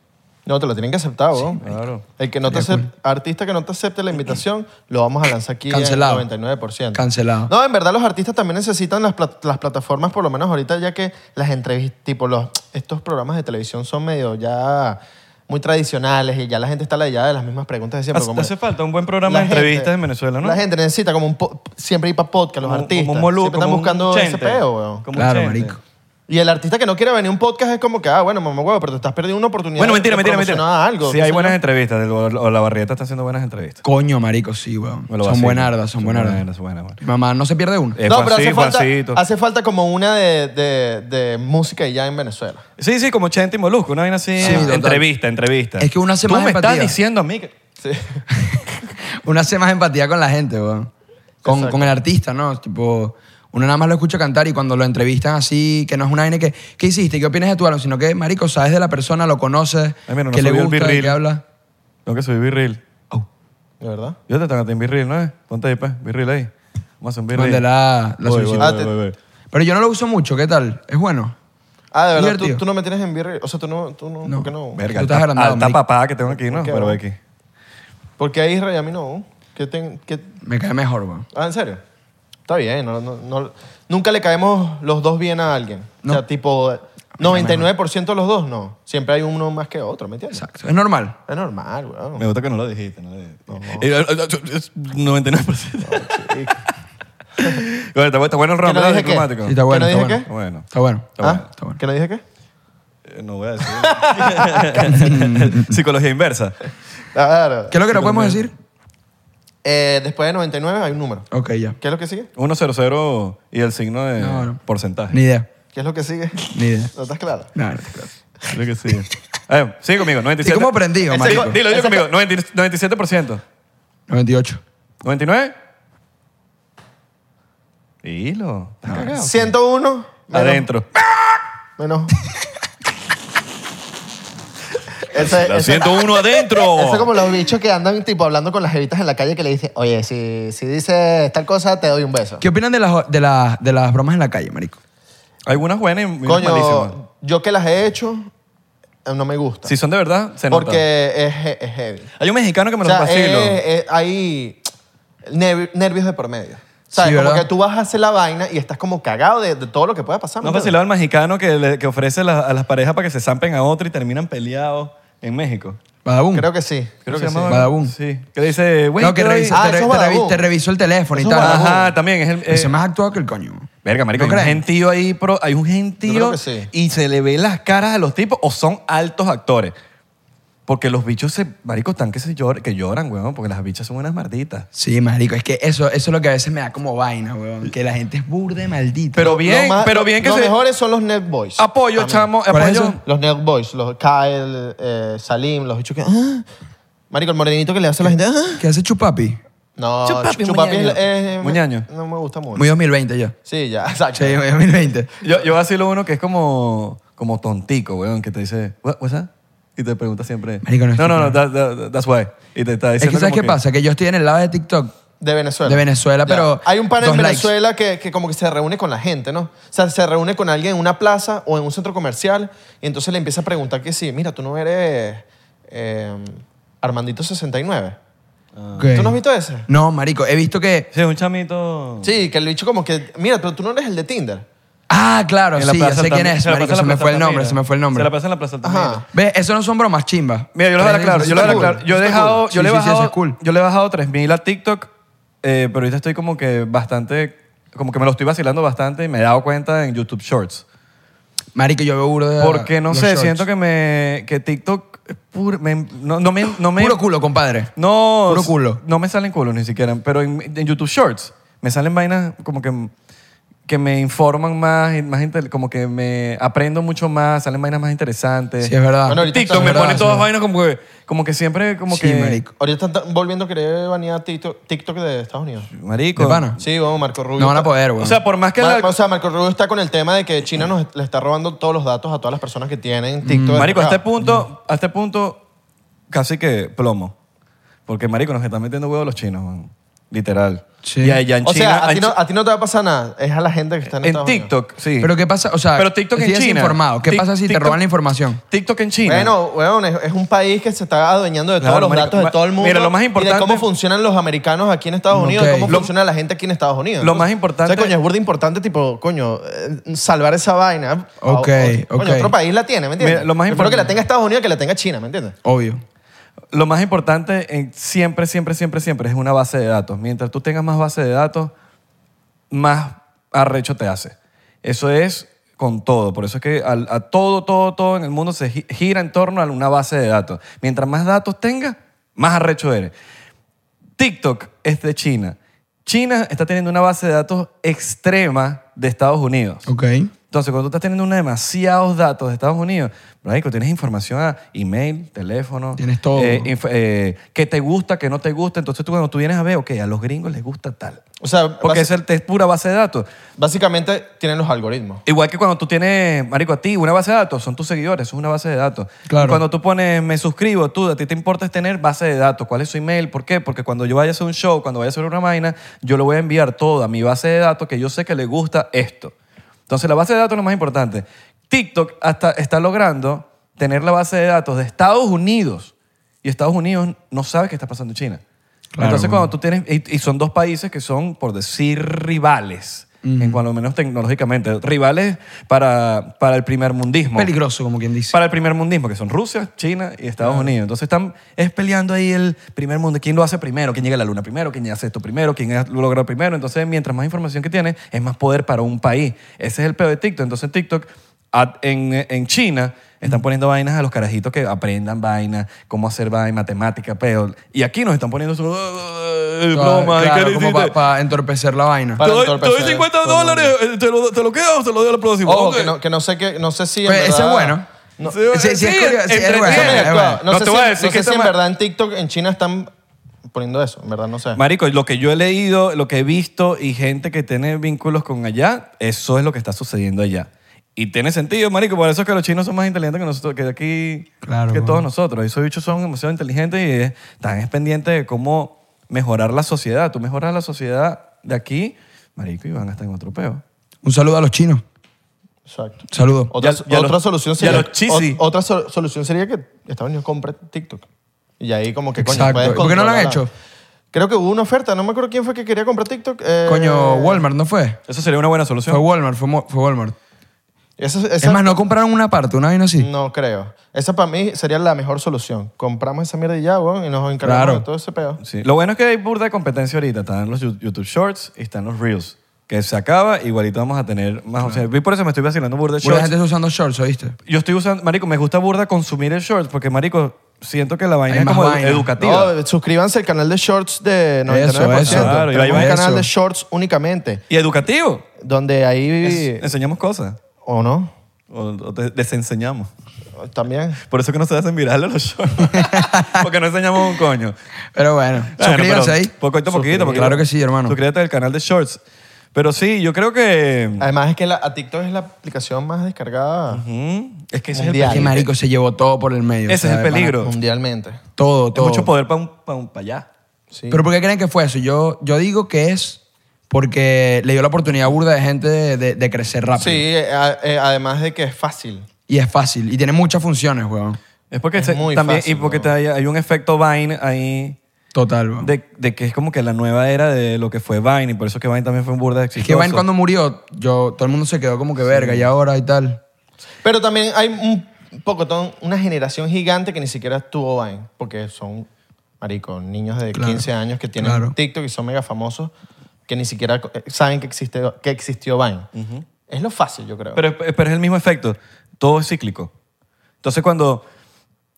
No, te lo tienen que aceptar, weón.
claro.
El que no te acep- artista que no te acepte la invitación, lo vamos a lanzar aquí
Cancelado.
en 99%.
Cancelado.
No, en verdad los artistas también necesitan las, plat- las plataformas, por lo menos ahorita, ya que las entrevistas, tipo los, estos programas de televisión son medio ya muy tradicionales y ya la gente está ladillada de las mismas preguntas de siempre.
Hace,
como-
hace falta un buen programa
la
de entrevistas
gente-
en Venezuela, ¿no?
La gente necesita como un... po- siempre ir para podcast, los
Como-
artistas.
Como un Molu-
siempre
como
están
un
buscando ese
Chente.
peo, weón.
Como un
Claro,
Chente.
marico.
Y el artista que no quiere venir a un podcast es como que, ah, bueno, mamá huevo, pero te estás perdiendo una oportunidad.
Bueno,
de-
mentira,
de
mentira,
promocionar
mentira.
algo.
sí,
qué
hay
sé
buenas
yo.
entrevistas. El- O o la barrieta está haciendo buenas entrevistas.
Coño, marico, sí, weón.
Me lo
Son
vacilo.
buenardas, son buenardas.
Son buenas, buenas.
Mi mamá no se pierde una.
Eh,
no, pero hace
Juancito,
falta,
Juancito.
hace falta como una de, de, de música y ya en Venezuela.
Sí, sí, como Chente y Molusco, una vaina así.
Sí, total.
entrevista, entrevista.
Es que uno hace
Tú
más
me
empatía.
estás diciendo a mí que...
Sí.
Uno hace más empatía con la gente, weón. Con,
Exacto.
con el artista, ¿no? Tipo, uno nada más lo escucha cantar y cuando lo entrevistan así, que no es una vaina que, ¿qué hiciste? ¿Qué opinas de tu álbum? Sino que, marico, sabes de la persona, lo conoces,
Ay, mira, no
que le
subió el
gusta, de
birril.
qué habla.
Tengo que subir virril. Oh,
¿De verdad?
Yo te tengo en virril, ¿no? Ponte ahí, pues, virril ahí. Vamos a hacer un virril.
Donde la, la
Voy,
solicito.
voy,
Ah,
voy,
te-
voy, voy.
Pero yo no lo uso mucho, ¿qué tal? Es bueno.
Ah, de verdad, tú,
Divertido.
tú no me tienes en birra. O sea, tú no. Tú no,
No.
¿Por qué no?
Ver-
Verga,
Tú estás
alta-
agrandado,
alta
marico.
papá que tengo aquí, ¿no?
¿Qué
Pero
va?
aquí.
Porque hay Israel y a mí no. ¿Qué ten- qué-
Me cae mejor, weón.
Ah, ¿en serio? Está bien. no- no- no- nunca le caemos los dos bien a alguien.
No.
O sea, tipo, 99% los dos no. Siempre hay uno más que otro, ¿me entiendes?
Exacto. Es normal.
Es normal, weón.
Me gusta que no lo dijiste. No lo dijiste. Y- eh, es 99%.
Sí.
Bueno, está, bu- está bueno el
¿Que
ron,
no
¿verdad?
dije qué?
Diplomático.
Sí, está bueno.
¿Que no
está
dije
bueno.
qué?
Bueno,
Está bueno.
Está bueno,
¿Ah?
está bueno.
¿Que no dije qué?
eh, no voy a decir. Psicología inversa.
Claro.
¿Qué es lo que no podemos decir?
Eh, después de 99 hay un número.
Ok, ya.
¿Qué es lo que sigue?
100 y el signo de
No, no.
porcentaje.
Ni idea.
¿Qué es lo que sigue?
Ni idea.
¿No estás claro?
No, no te creo.
Creo que sí. A ver, sigue conmigo, 97.
¿Y cómo aprendido,
Ese
marico?
co-
Dilo, dilo
Ese
conmigo, 90 97%.
98.
¿99? Dilo. ¿Estás cagado?
101 menos-
Adentro.
menos. Ese-
La
ese-
101 adentro.
Eso es como los bichos que andan tipo hablando con las evitas en la calle que le dicen, oye, si, si dices tal cosa, te doy un beso.
¿Qué opinan de las, de, las, de las bromas en la calle, marico?
Algunas buenas y unas
Coño,
malísimas.
yo que las he hecho, eh, no me gusta.
Si son de verdad, se nota.
porque es, he- es heavy.
Hay un mexicano que me
O
lo
sea,
vacilo.
eh, eh, hay nerv- nervios de por medio. O sea,
Sí,
como
¿verdad?
que tú vas a hacer la vaina y estás como cagado de, de todo lo que pueda pasar. ¿me
¿No has
entiendes?
vacilado al mexicano que, le- que ofrece la- a las parejas para que se zampen a otra y terminan peleados en México?
Badabun.
Creo que sí.
Creo
que sí. Badabun.
Sí. Que le dice, güey,
No, que "Ah,
te doy-
revisa-
Ah,
te, re-
eso es
te revi-
Badabun.
te revisó el teléfono
Eso
y
es
tal.
Badabun.
Ajá.
Ajá, también es el... eh,
Ese más actuado que el coño.
Verga, marico,
¿No
hay un
creen?
gentío ahí, pro- hay un gentío
creo que sí.
y se le ve las caras a los tipos o son altos actores. Porque los bichos, se, marico, están que, se llor- que lloran, weón, porque las bichas son unas marditas.
Sí, marico, es que eso, eso es lo que a veces me da como vaina, weón. Que la gente es burde maldita.
Pero
Lo
bien,
más-
pero bien que
Los
se...
mejores son los Net Boys.
Apoyo,
También.
chamo,
¿Cuál es
apoyo.
eso?
Los Net Boys, los Kyle, eh, Salim, los bichos que. ¡ah! Marico, el morenito que le hace a la gente. ¡ah!
¿Qué hace Chupapi?
No,
Chupapi,
Chupapi
muñaño.
es- es-
Muñaño.
No me gusta mucho.
Muy 2020 ya.
Sí, ya, exacto.
Sí, muy 2020.
Yo, yo vacilo uno que es como, como tontico, weón, que te dice, "What- what's that? Y te pregunta siempre,
Marico, no es
no, no,
tu-
no, that- that- that's why. Y te
Es
está diciendo
que ¿sabes
como
qué pasa? Que yo estoy en el lado de TikTok.
De Venezuela.
De Venezuela,
Ya.
pero
Hay un pan en
dos likes.
Venezuela que, que como que se reúne con la gente, ¿no? O sea, se reúne con alguien en una plaza o en un centro comercial y entonces le empieza a preguntar que sí, mira, tú no eres eh, Armandito 69.
¿Qué?
Ah. ¿Tú no has visto ese?
No, marico, he visto que...
Sí, un chamito...
Sí, que el bicho como que, mira, pero tú no eres el de Tinder.
Ah, claro,
En la
sí, ya
Plaza
sé quién
Altamira.
es,
la
marico.
pasa
Se
en la
me
Plaza
fue el nombre,
Altamira.
se me fue el nombre.
Se la pasa en la Plaza Altamira.
Ajá.
¿Ves? Eso no son bromas, chimba.
Mira, yo lo voy a
Pero
dejar claro.
eso
Yo lo voy a
está
dejar
cool.
claro. Yo,
Eso
le he
está
dejado-
cool.
yo le
Sí,
he
sí, sí,
bajado,
es cool.
yo le he bajado 3.000 a TikTok, eh, pero ahorita estoy como que bastante, como que me lo estoy vacilando bastante y me he dado cuenta en YouTube Shorts.
Marico, yo veo burda.
Porque no
Ah, los
sé,
shorts.
siento que me que TikTok es puro- me- no, no me, no me
Puro culo, compadre.
no,
Puro culo.
No me salen culos ni siquiera, pero en, en YouTube Shorts me salen vainas como que que me informan más, y más intel- como que me aprendo mucho más, salen vainas más interesantes.
Sí, es verdad.
Bueno, ahorita
TikTok
está-
me
verdad,
pone
sí.
todas vainas como que, como que siempre como
Sí,
que
marico.
Ahorita están volviendo a querer banear TikTok, TikTok de Estados Unidos.
Marico.
¿De pana?
Sí, vamos, Marco Rubio.
No van a
está-
poder, weón.
O sea, por más que
Mar-
la-
o sea, Marco Rubio está con el tema de que China nos le está robando todos los datos a todas las personas que tienen TikTok.
Marico, a
descargado.
este punto, a este punto casi que plomo. Porque marico nos están metiendo huevos los chinos, man. Literal.
Sí.
Y allá este en
O
China.
sea, a ti,
en
no,
Chi-
a ti no te va a pasar nada. Es a la gente que está en,
en
Estados Unidos.
TikTok, sí.
Pero ¿qué pasa? O sea,
Pero TikTok en
estoy
China.
desinformado. ¿Qué
Tik-
pasa si te
TikTok-
roban la información?
Tiktok en China.
Bueno, weón, es, es un país que se está adueñando de
Claro,
todos los
marico,
datos de
ma-
todo el mundo.
mira, lo más
Y
importante-
de cómo funcionan los americanos aquí en Estados Unidos,
Ok.
de cómo
Lo-
funciona la gente aquí en Estados Unidos.
lo
¿no?
más
O
importante-
sea, coño, es burda importante, tipo, coño, eh, salvar esa vaina. Ah,
Ok,
Coño,
ok.
otro país la tiene, ¿me entiendes?
Mira, lo más
Prefiero que la
importante-
tenga Estados Unidos que la tenga China, ¿me entiendes?
Obvio.
Lo más importante en- siempre, siempre, siempre, siempre es una base de datos. Mientras tú tengas más base de datos, más arrecho te hace. Eso es con todo. Por eso es que al- a, todo, todo, todo en el mundo se gi- gira en torno a una base de datos. Mientras más datos tengas, más arrecho eres. TikTok es de China. China está teniendo una base de datos extrema de Estados Unidos.
Ok.
Entonces, cuando tú estás teniendo una demasiados datos de Estados Unidos, Marico, tienes información a email, teléfono.
Tienes todo.
eh, inf- eh, que te gusta, que no te gusta. Entonces, tú cuando tú vienes a ver, ok, a los gringos les gusta tal.
O sea,
Porque
basi-
es, el, es pura base de datos.
básicamente tienen los algoritmos.
Igual que cuando tú tienes, Marico, a ti, una base de datos, son tus seguidores, eso es una base de datos.
Claro.
Cuando tú pones, me suscribo, tú, a ti te importa es tener base de datos. ¿Cuál es su email? ¿Por qué? Porque cuando yo vaya a hacer un show, cuando vaya a hacer una vaina, yo le voy a enviar toda mi base de datos que yo sé que le gusta esto. Entonces, la base de datos es lo más importante. TikTok hasta está logrando tener la base de datos de Estados Unidos y Estados Unidos no sabe qué está pasando en China.
Claro,
Entonces,
bueno.
cuando tú tienes, y, y son dos países que son, por decir, rivales, en cuanto menos tecnológicamente, rivales para, para el primer mundismo.
Peligroso, como quien dice.
Para el primer mundismo, que son Rusia, China y Estados Unidos. Entonces están es peleando ahí el primer mundo. ¿Quién lo hace primero? ¿Quién llega a la luna primero? ¿Quién hace esto primero? ¿Quién es- lo logra primero? Entonces, mientras más información que tienes, es más poder para un país. Ese es el peor de TikTok. Entonces, TikTok a- en, en China están poniendo vainas a los carajitos que aprendan vainas, cómo hacer vainas, matemática, peor. Y aquí nos están poniendo su...
Claro,
broma, ¿y qué
claro,
le
como
hiciste?
para entorpecer la vaina.
Pa-
Te doy-
para
te doy
entorpecer
50
todo el mundo.
dólares, eh, ¿te lo, te lo quedas o te lo doy al próximo?
Ojo,
Ok.
que no, que no sé que, no sé si en
Pues, ese es
verdad-
bueno.
No,
Sí,
Sí, sí, es
sí,
curioso, sí, es
entretiene.
bueno, es bueno.
no,
No
sé
te
si,
voy a decir
no
que
sé si
está
en
mal.
verdad en TikTok en China están poniendo eso, en verdad no sé.
Marico, lo que yo he leído, lo que he visto y gente que tiene vínculos con allá, eso es lo que está sucediendo allá. Y tiene sentido, marico, por eso es que los chinos son más inteligentes que nosotros, que de aquí,
Claro,
que
weón.
todos nosotros. Esos bichos son demasiado inteligentes y eh, están es pendientes de cómo mejorar la sociedad. Tú mejoras la sociedad de aquí, marico, y van a estar en otro peo.
Un saludo a los chinos.
Exacto.
Saludo.
Otra,
Ya- ya
otra
los-
solución
ya
sería,
los chisi.
o- otra sol- solución sería que Estados Unidos compre TikTok. Y ahí como que
Exacto.
coño, puedes
¿Por qué no lo han
controlar.
hecho?
Creo que hubo una oferta, no me acuerdo quién fue que quería comprar TikTok. eh,
Coño, Walmart, ¿no fue?
Eso sería una buena
Fue
solución.
Walmart, fue, mo- fue Walmart.
Esa, esa-
Es más, no compraron una parte, una vaina
Mm,
así.
no creo. Esa para mí sería la mejor solución. Compramos esa mierda y ya, weón, y nos encargamos
Claro.
de todo ese pedo.
Sí. Lo bueno es que hay burda de competencia ahorita. Están los Yu- YouTube Shorts y están los Reels. Que se acaba, igualito vamos a tener más opciones. Y por eso me estoy vacilando burda de
Mucha
Shorts.
gente está usando shorts, ¿oíste?
Yo estoy usando, marico, me gusta burda consumir el shorts porque, marico, siento que la vaina
Hay
es
más
como edu-
vaina.
educativa.
No, suscríbanse al canal de Shorts de 99%.
eso.
Claro, y ahí
Tenemos
va
un canal
eso.
de Shorts únicamente,
y educativo.
donde ahí...
Es- enseñamos cosas.
¿O no?
O, o te- desenseñamos.
También.
Por eso que no se hacen virales los shorts. porque no enseñamos un coño.
Pero bueno,
Bueno,
suscríbanse
pero
ahí.
Poquito a poquito. Porque
Claro que sí, hermano.
Suscríbete al canal de shorts. Pero sí, yo creo que...
Además es que la, a TikTok es la aplicación más descargada
Ah.
Ujú. mm, es que ese es el
Mundial.
Qué
peligro.
marico, se llevó todo por el medio.
Ese
o sea,
es el
de pana.
peligro.
mundialmente.
Todo,
Es
todo.
mucho poder para un, pa un- pa' allá.
Sí.
¿Pero por qué creen que fue eso? Yo, yo digo que es porque le dio la oportunidad a burda de gente de, de- de crecer rápido.
sí, eh, a- eh, además de que es fácil.
Y es fácil. Y tiene muchas funciones, weón.
Es porque
Es
se-
muy
también,
fácil,
y porque
¿no?
te hay, hay un efecto Vine ahí...
Total, weón.
De, de que es como que la nueva era de lo que fue Vine y por eso que Vine también fue un burda de
Es
exitoso.
que Vine cuando murió, yo, todo el mundo se quedó como que verga, y ahora y tal.
Pero también hay un pocotón, una generación gigante que ni siquiera tuvo Vine, porque son, marico, niños de
Claro,
15 años que tienen
claro.
TikTok y son mega famosos que ni siquiera co- eh, saben que, existe, que existió Vine. Es lo fácil, yo creo.
Pero, es- pero es el mismo efecto. Todo es cíclico. Entonces cuando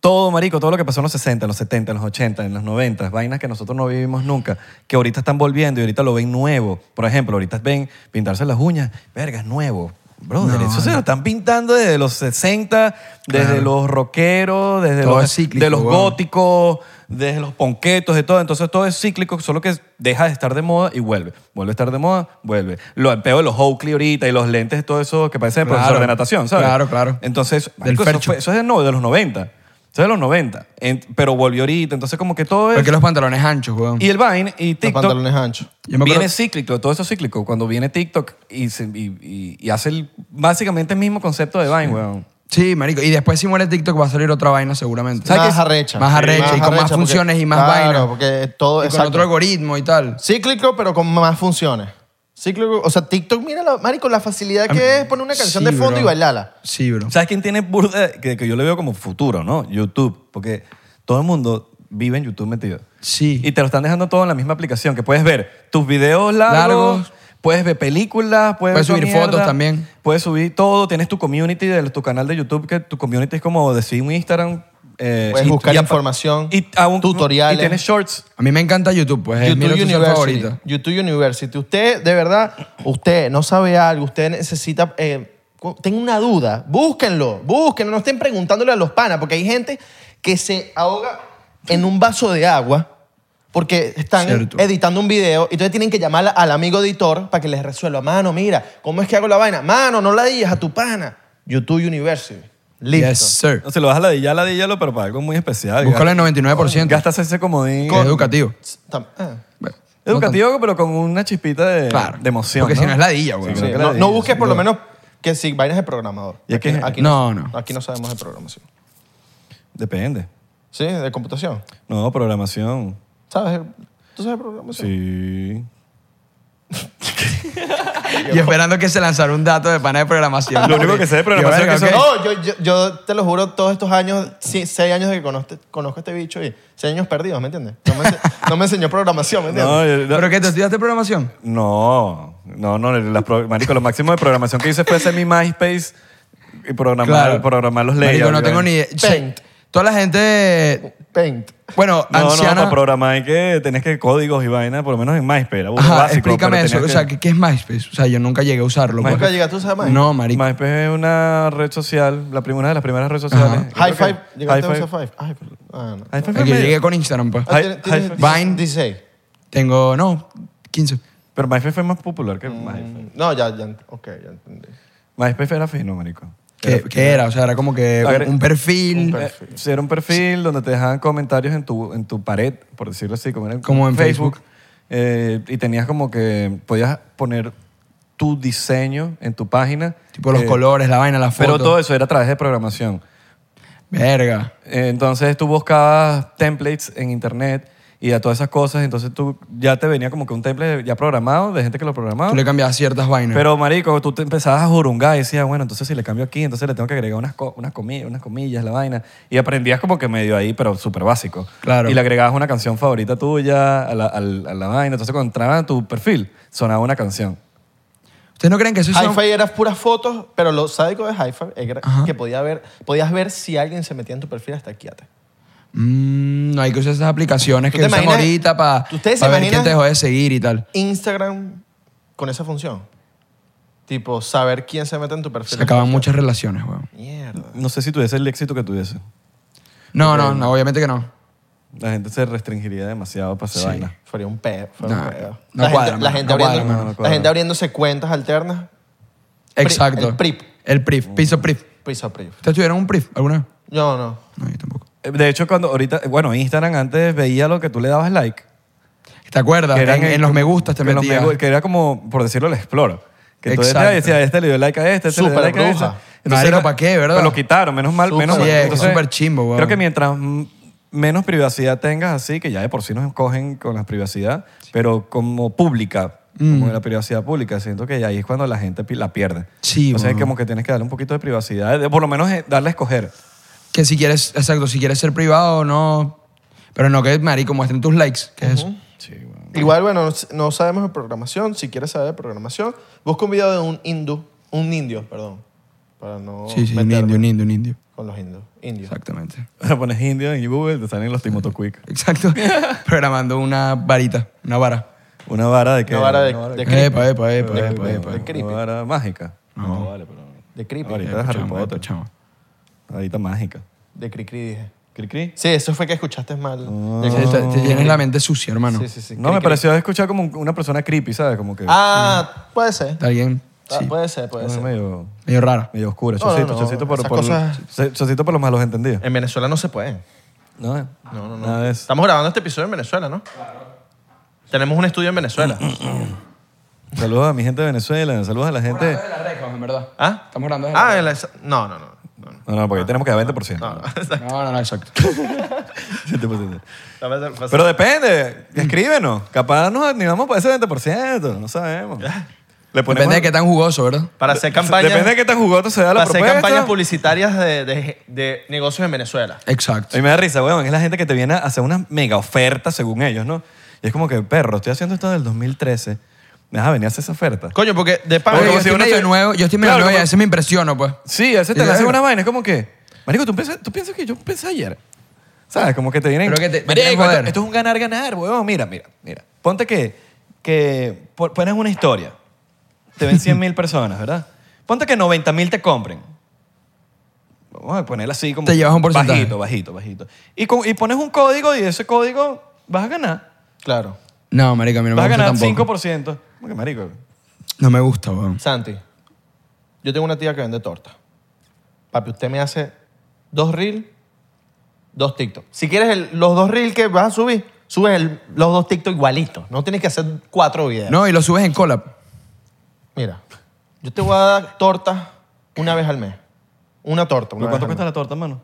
todo, marico, todo lo que pasó en los 60, en los 70, en los 80, en los 90, vainas que nosotros no vivimos nunca, que ahorita están volviendo y ahorita lo ven nuevo. Por ejemplo, ahorita ven pintarse las uñas, verga, es nuevo. Brother,
No,
eso se lo están pintando desde los 60, desde
Claro.
los rockeros, desde
Todo
los,
es cíclico,
de los
weón.
góticos, desde los ponquetos, de todo. Entonces todo es cíclico, solo que deja de estar de moda y vuelve. Vuelve a estar de moda, vuelve. Lo empeo de los Oakley ahorita y los lentes, todo eso que parece de
Claro.
profesor de natación, ¿sabes?
Claro, claro.
Entonces,
Del
marico, eso,
fercho.
fue- eso es de, no, de los 90. Eso es de los 90. En- pero volvió ahorita. Entonces, como que todo
Pues
es.
Porque los pantalones anchos, weón.
Y el Vine y
Los
TikTok.
pantalones anchos.
Yo me acuerdo-
Viene cíclico, todo eso es cíclico. Cuando viene TikTok y, se- y- y- y hace el- básicamente el mismo concepto de Vine, weón.
Sí, marico. Y después si muere TikTok va a salir otra vaina seguramente. Ah,
¿Sabes
Más
qué?
arrecha.
Más arrecha y con más
porque-
funciones y más
claro,
vainas.
porque todo
Y con
exacto.
otro algoritmo y tal.
Cíclico, pero con más funciones. Cíclico, o sea, TikTok, mira, la, marico, la facilidad que es poner una canción
Sí,
de fondo
bro.
y bailarla.
Sí, bro.
¿Sabes quién tiene burda? Que, que yo le veo como futuro, ¿no? YouTube. Porque todo el mundo vive en YouTube metido.
Sí.
Y te lo están dejando todo en la misma aplicación, que puedes ver tus videos largos,
Largos.
puedes ver películas,
Puedes
puedes, ver toda
subir
mierda,
fotos también.
Puedes subir todo, tienes tu community, de, tu canal de YouTube, que tu community es como decir un Instagram. eh,
Puedes buscar
apa-
información,
aún-
tutoriales.
Y tienes shorts.
A mí me encanta YouTube, pues es mi red social favorita.
YouTube University. Usted, de verdad, usted no sabe algo, usted necesita... eh, cu- tengo una duda, búsquenlo, búsquenlo, no estén preguntándole a los panas, porque hay gente que se ahoga en un vaso de agua porque están
Cierto.
editando un video y entonces tienen que llamar al amigo editor para que les resuelva. Mano, mira, ¿cómo es que hago la vaina? Mano, no la digas a tu pana. YouTube University. Listo.
Yes, sir.
No se lo vas a ladillar, ladillalo, pero para algo muy especial.
Búscalo en 99%.
Gastas ese comodín.
que es educativo.
Tam- ah.
Bueno, no
Educativo, pero con una chispita de,
tanto. Claro.
de emoción.
Porque si no es ladilla, güey.
Sí,
Sí,
creo que la
no,
di,
no busques
sí,
por
lo-
lo menos que si vainas de programador.
Y es que-
no, no.
Aquí no sabemos de programación.
Depende.
Sí, de computación.
No, programación.
¿Sabes? ¿Tú sabes de programación?
Sí.
Y esperando que se lanzara un dato de pana de programación.
Lo único que sé de programación
Yo,
es que
verga,
son-
ok.
No, yo, yo, yo te lo juro, todos estos años, sí, seis años de que conozco, conozco a este bicho y seis años perdidos, ¿me entiendes? No me, ense- no me enseñó programación, ¿me entiendes?
No, yo- yo-
¿Pero qué? ¿Te estudiaste programación?
No, no, no. las pro- marico, lo máximo de programación que hice fue hacer mi MySpace y programar, programar los layouts.
Marico, no tengo ni
¿verdad?
idea. Che, Toda la gente,
Paint.
bueno,
No, no,
anciana...
para programar hay que tenés que códigos y vaina, por lo menos en MySpace. era burda
Ajá,
básico,
explícame
pero
eso.
tenías
O
que-
sea, ¿qué, qué es MySpace? O sea, yo nunca llegué a usarlo.
Nunca
pues.
llegaste a usar MySpace.
No, marico.
MySpace es una red social, la primera, una de las primeras redes sociales.
Ajá.
High
Creo que-
five. ¿Llegaste
High
a
five.
usar five? Ay, pero- ah, no.
High five
Es
fue
que
medio-
llegué con Instagram, pues.
Ah,
High-
¿tienes- tienes
high
five. Vine.
16.
Tengo, no, 15.
Pero MySpace fue más popular
Mm.
que MySpace.
No, ya, ya, ok, ya entendí.
MySpace era fino, marico.
¿Qué, qué era? O sea, era como que
Agre-
un, un perfil.
un
Eh,
perfil.
sí, era un perfil donde te dejaban comentarios en tu, en tu pared, por decirlo así, como, era
Como en Facebook.
Eh, y tenías como que podías poner tu diseño en tu página.
Tipo los
Eh,
colores, la vaina, las fotos.
Pero todo eso era a través de programación.
Verga.
Eh, Entonces tú buscabas templates en internet y a todas esas cosas. Entonces tú ya te venía como que un template ya programado de gente que lo programaba.
Tú le cambiabas ciertas vainas.
Pero, marico, tú te empezabas a jurungar y decías, bueno, entonces si le cambio aquí, entonces le tengo que agregar unas, co- unas, comi- unas comillas, la vaina. Y aprendías como que medio ahí, pero súper básico.
Claro.
Y le agregabas una canción favorita tuya a la, al- a la vaina. Entonces cuando entraba a tu perfil, sonaba una canción.
¿Ustedes no creen que eso es
High five era puras fotos, pero lo sádico de High five era
Ajá.
que podía ver, podías ver si alguien se metía en tu perfil hasta aquí. atrás.
Mm, no hay que usar esas aplicaciones
¿Tú
que
te
usan
imaginas-
ahorita para
¿Ustedes se
ver quién
imaginan?
te dejó de seguir y tal.
Instagram con esa función. Tipo, saber quién se mete en tu perfil.
Se acaban muchas relaciones, weón.
Mierda.
No sé si tuviese el éxito que tuviese.
No, no, no, obviamente que no.
La gente se restringiría demasiado para hacer
Sí.
vaina.
Sería un pedo. fue
No,
un pedo.
no
la,
cuadra,
gente, la,
mano,
gente
no
abriendo,
cuadra,
mano, no cuadra.
la gente abriéndose cuentas alternas. Pri-
Exacto.
el PRIP.
El PRIF, piso PRIF.
Prisa, prisa.
¿Ustedes tuvieron un PRIF alguna vez?
No, no.
No, yo tampoco.
Eh, De hecho, cuando ahorita, bueno, Instagram antes veía lo que tú le dabas like.
¿Te acuerdas?
que
En,
eran
en los me gustas te
que en los
metías.
me gu- que era como, por decirlo, el explora. Que tú
Exacto.
decías, decías, este le dio like a este, este le dio
Súper
like a
bruja.
este.
Marico,
era-
¿pa' qué, verdad?
Pero lo quitaron, menos mal.
Súper
menos mal.
Sí, es
Entonces,
súper chimbo, weón.
Creo que mientras mm, menos privacidad tengas así, que ya de por sí nos cogen con la privacidad, pero como pública,
Mm.
como la privacidad pública, siento que ahí es cuando la gente pi- la pierde.
Sí,
O sea,
weón.
como que tienes que darle un poquito de privacidad, de- por lo menos eh, darle a escoger.
Que si quieres, exacto, si quieres ser privado o no. Pero no que, marico, muestren tus likes. ¿Qué es eso?
Sí,
Igual, bueno, no s- no sabemos de programación. Si quieres saber de programación, busca un video de un hindú, un indio, perdón. Para no
Sí, sí, un
meterme
indio, un indio, un indio.
con los hindus. Indios.
Exactamente.
Pones indio en Google, te salen los Timoto Quick.
Exacto. Programando una varita, una vara.
Una vara de que...
Una vara de, de creepy.
Epa, epa, epa, epa, epa.
de creepy.
Una vara mágica. No, vale, pero...
De creepy. eh.
Ahorita de
Epa,
Harry
chamo,
Potter.
epa, chamo.
Ahorita mágica.
De cricri dije.
¿Cri cri?
Sí, eso fue que escuchaste mal. De-
Ah,
Sí, te, te tienes la mente sucia, hermano.
Sí, sí, sí.
No, me pareció escuchar como un- una persona creepy, ¿sabes? Como que...
Ah, puede ser.
Alguien
Ah, Puede ser, puede
Es
ser.
medio,
Medio rara.
medio oscura.
No, no,
Chocito,
no,
chocito por,
esas
por-
cosas-
cho- chocito por los malos entendidos.
En Venezuela no se pueden.
No, no, no. Nada de eso.
Estamos grabando este episodio en Venezuela, ¿no? Tenemos un estudio en Venezuela.
Saludos a mi gente de Venezuela. Saludos a la gente.
de las rejas, en verdad.
¿Ah?
Estamos hablando de
Ah, en la- no, no, no. no, no.
No, no, porque ahí tenemos que dar 20%.
No, no, no, exacto.
7%.
Pero
Pero depende, escríbenos. Capaz nos animamos para ese 20%, no sabemos. Le ponemos-
Depende de qué tan jugoso, ¿verdad?
para hacer campañas,
Depende de qué tan jugoso se da
para
la
hacer
propuesta.
campañas publicitarias de, de- de negocios en Venezuela.
Exacto.
A mí me da risa, weón. Es la gente que te viene a hacer una mega oferta según ellos, ¿no? Y es como que, perro, estoy haciendo esto del 2013. Me dejas venir a hacer esa oferta.
Coño, porque de
Oye,
pana-
como
yo
si
estoy
uno
medio
se-
nuevo, yo estoy medio
Claro,
nuevo y a
como-
veces me impresiono, pues.
Sí, a veces te
Y
la hacen
verga.
una vaina. Es como que, marico, ¿tú piensas, tú piensas que yo pensé ayer. ¿Sabes? Como que te vienen...
Pero que te- te
marico,
quieren
esto,
joder.
esto es un ganar-ganar, weón. Mira, mira, mira. Ponte que, que po- pones una historia. Te ven 100 mil personas, ¿verdad? Ponte que 90 mil te compren. Vamos a ponerla así como...
Te llevas un porcentaje.
Bajito, bajito, bajito. Y, con- y pones un código y ese código vas a ganar.
Claro.
No, marico, a mí no me
vas a
gusta
ganar
tampoco.
5%. ¿Cómo que, marico?
No me gusta, weón.
Santi, yo tengo una tía que vende torta. Papi, usted me hace dos reels, dos TikTok. Si quieres el- los dos reels que vas a subir, subes el- los dos TikTok igualitos. No tienes que hacer cuatro videos.
No, y lo subes en collab.
Mira, yo te voy a dar torta una vez al mes. Una torta. Una
¿Cuánto
vez al
cuesta
mes.
la torta, mano?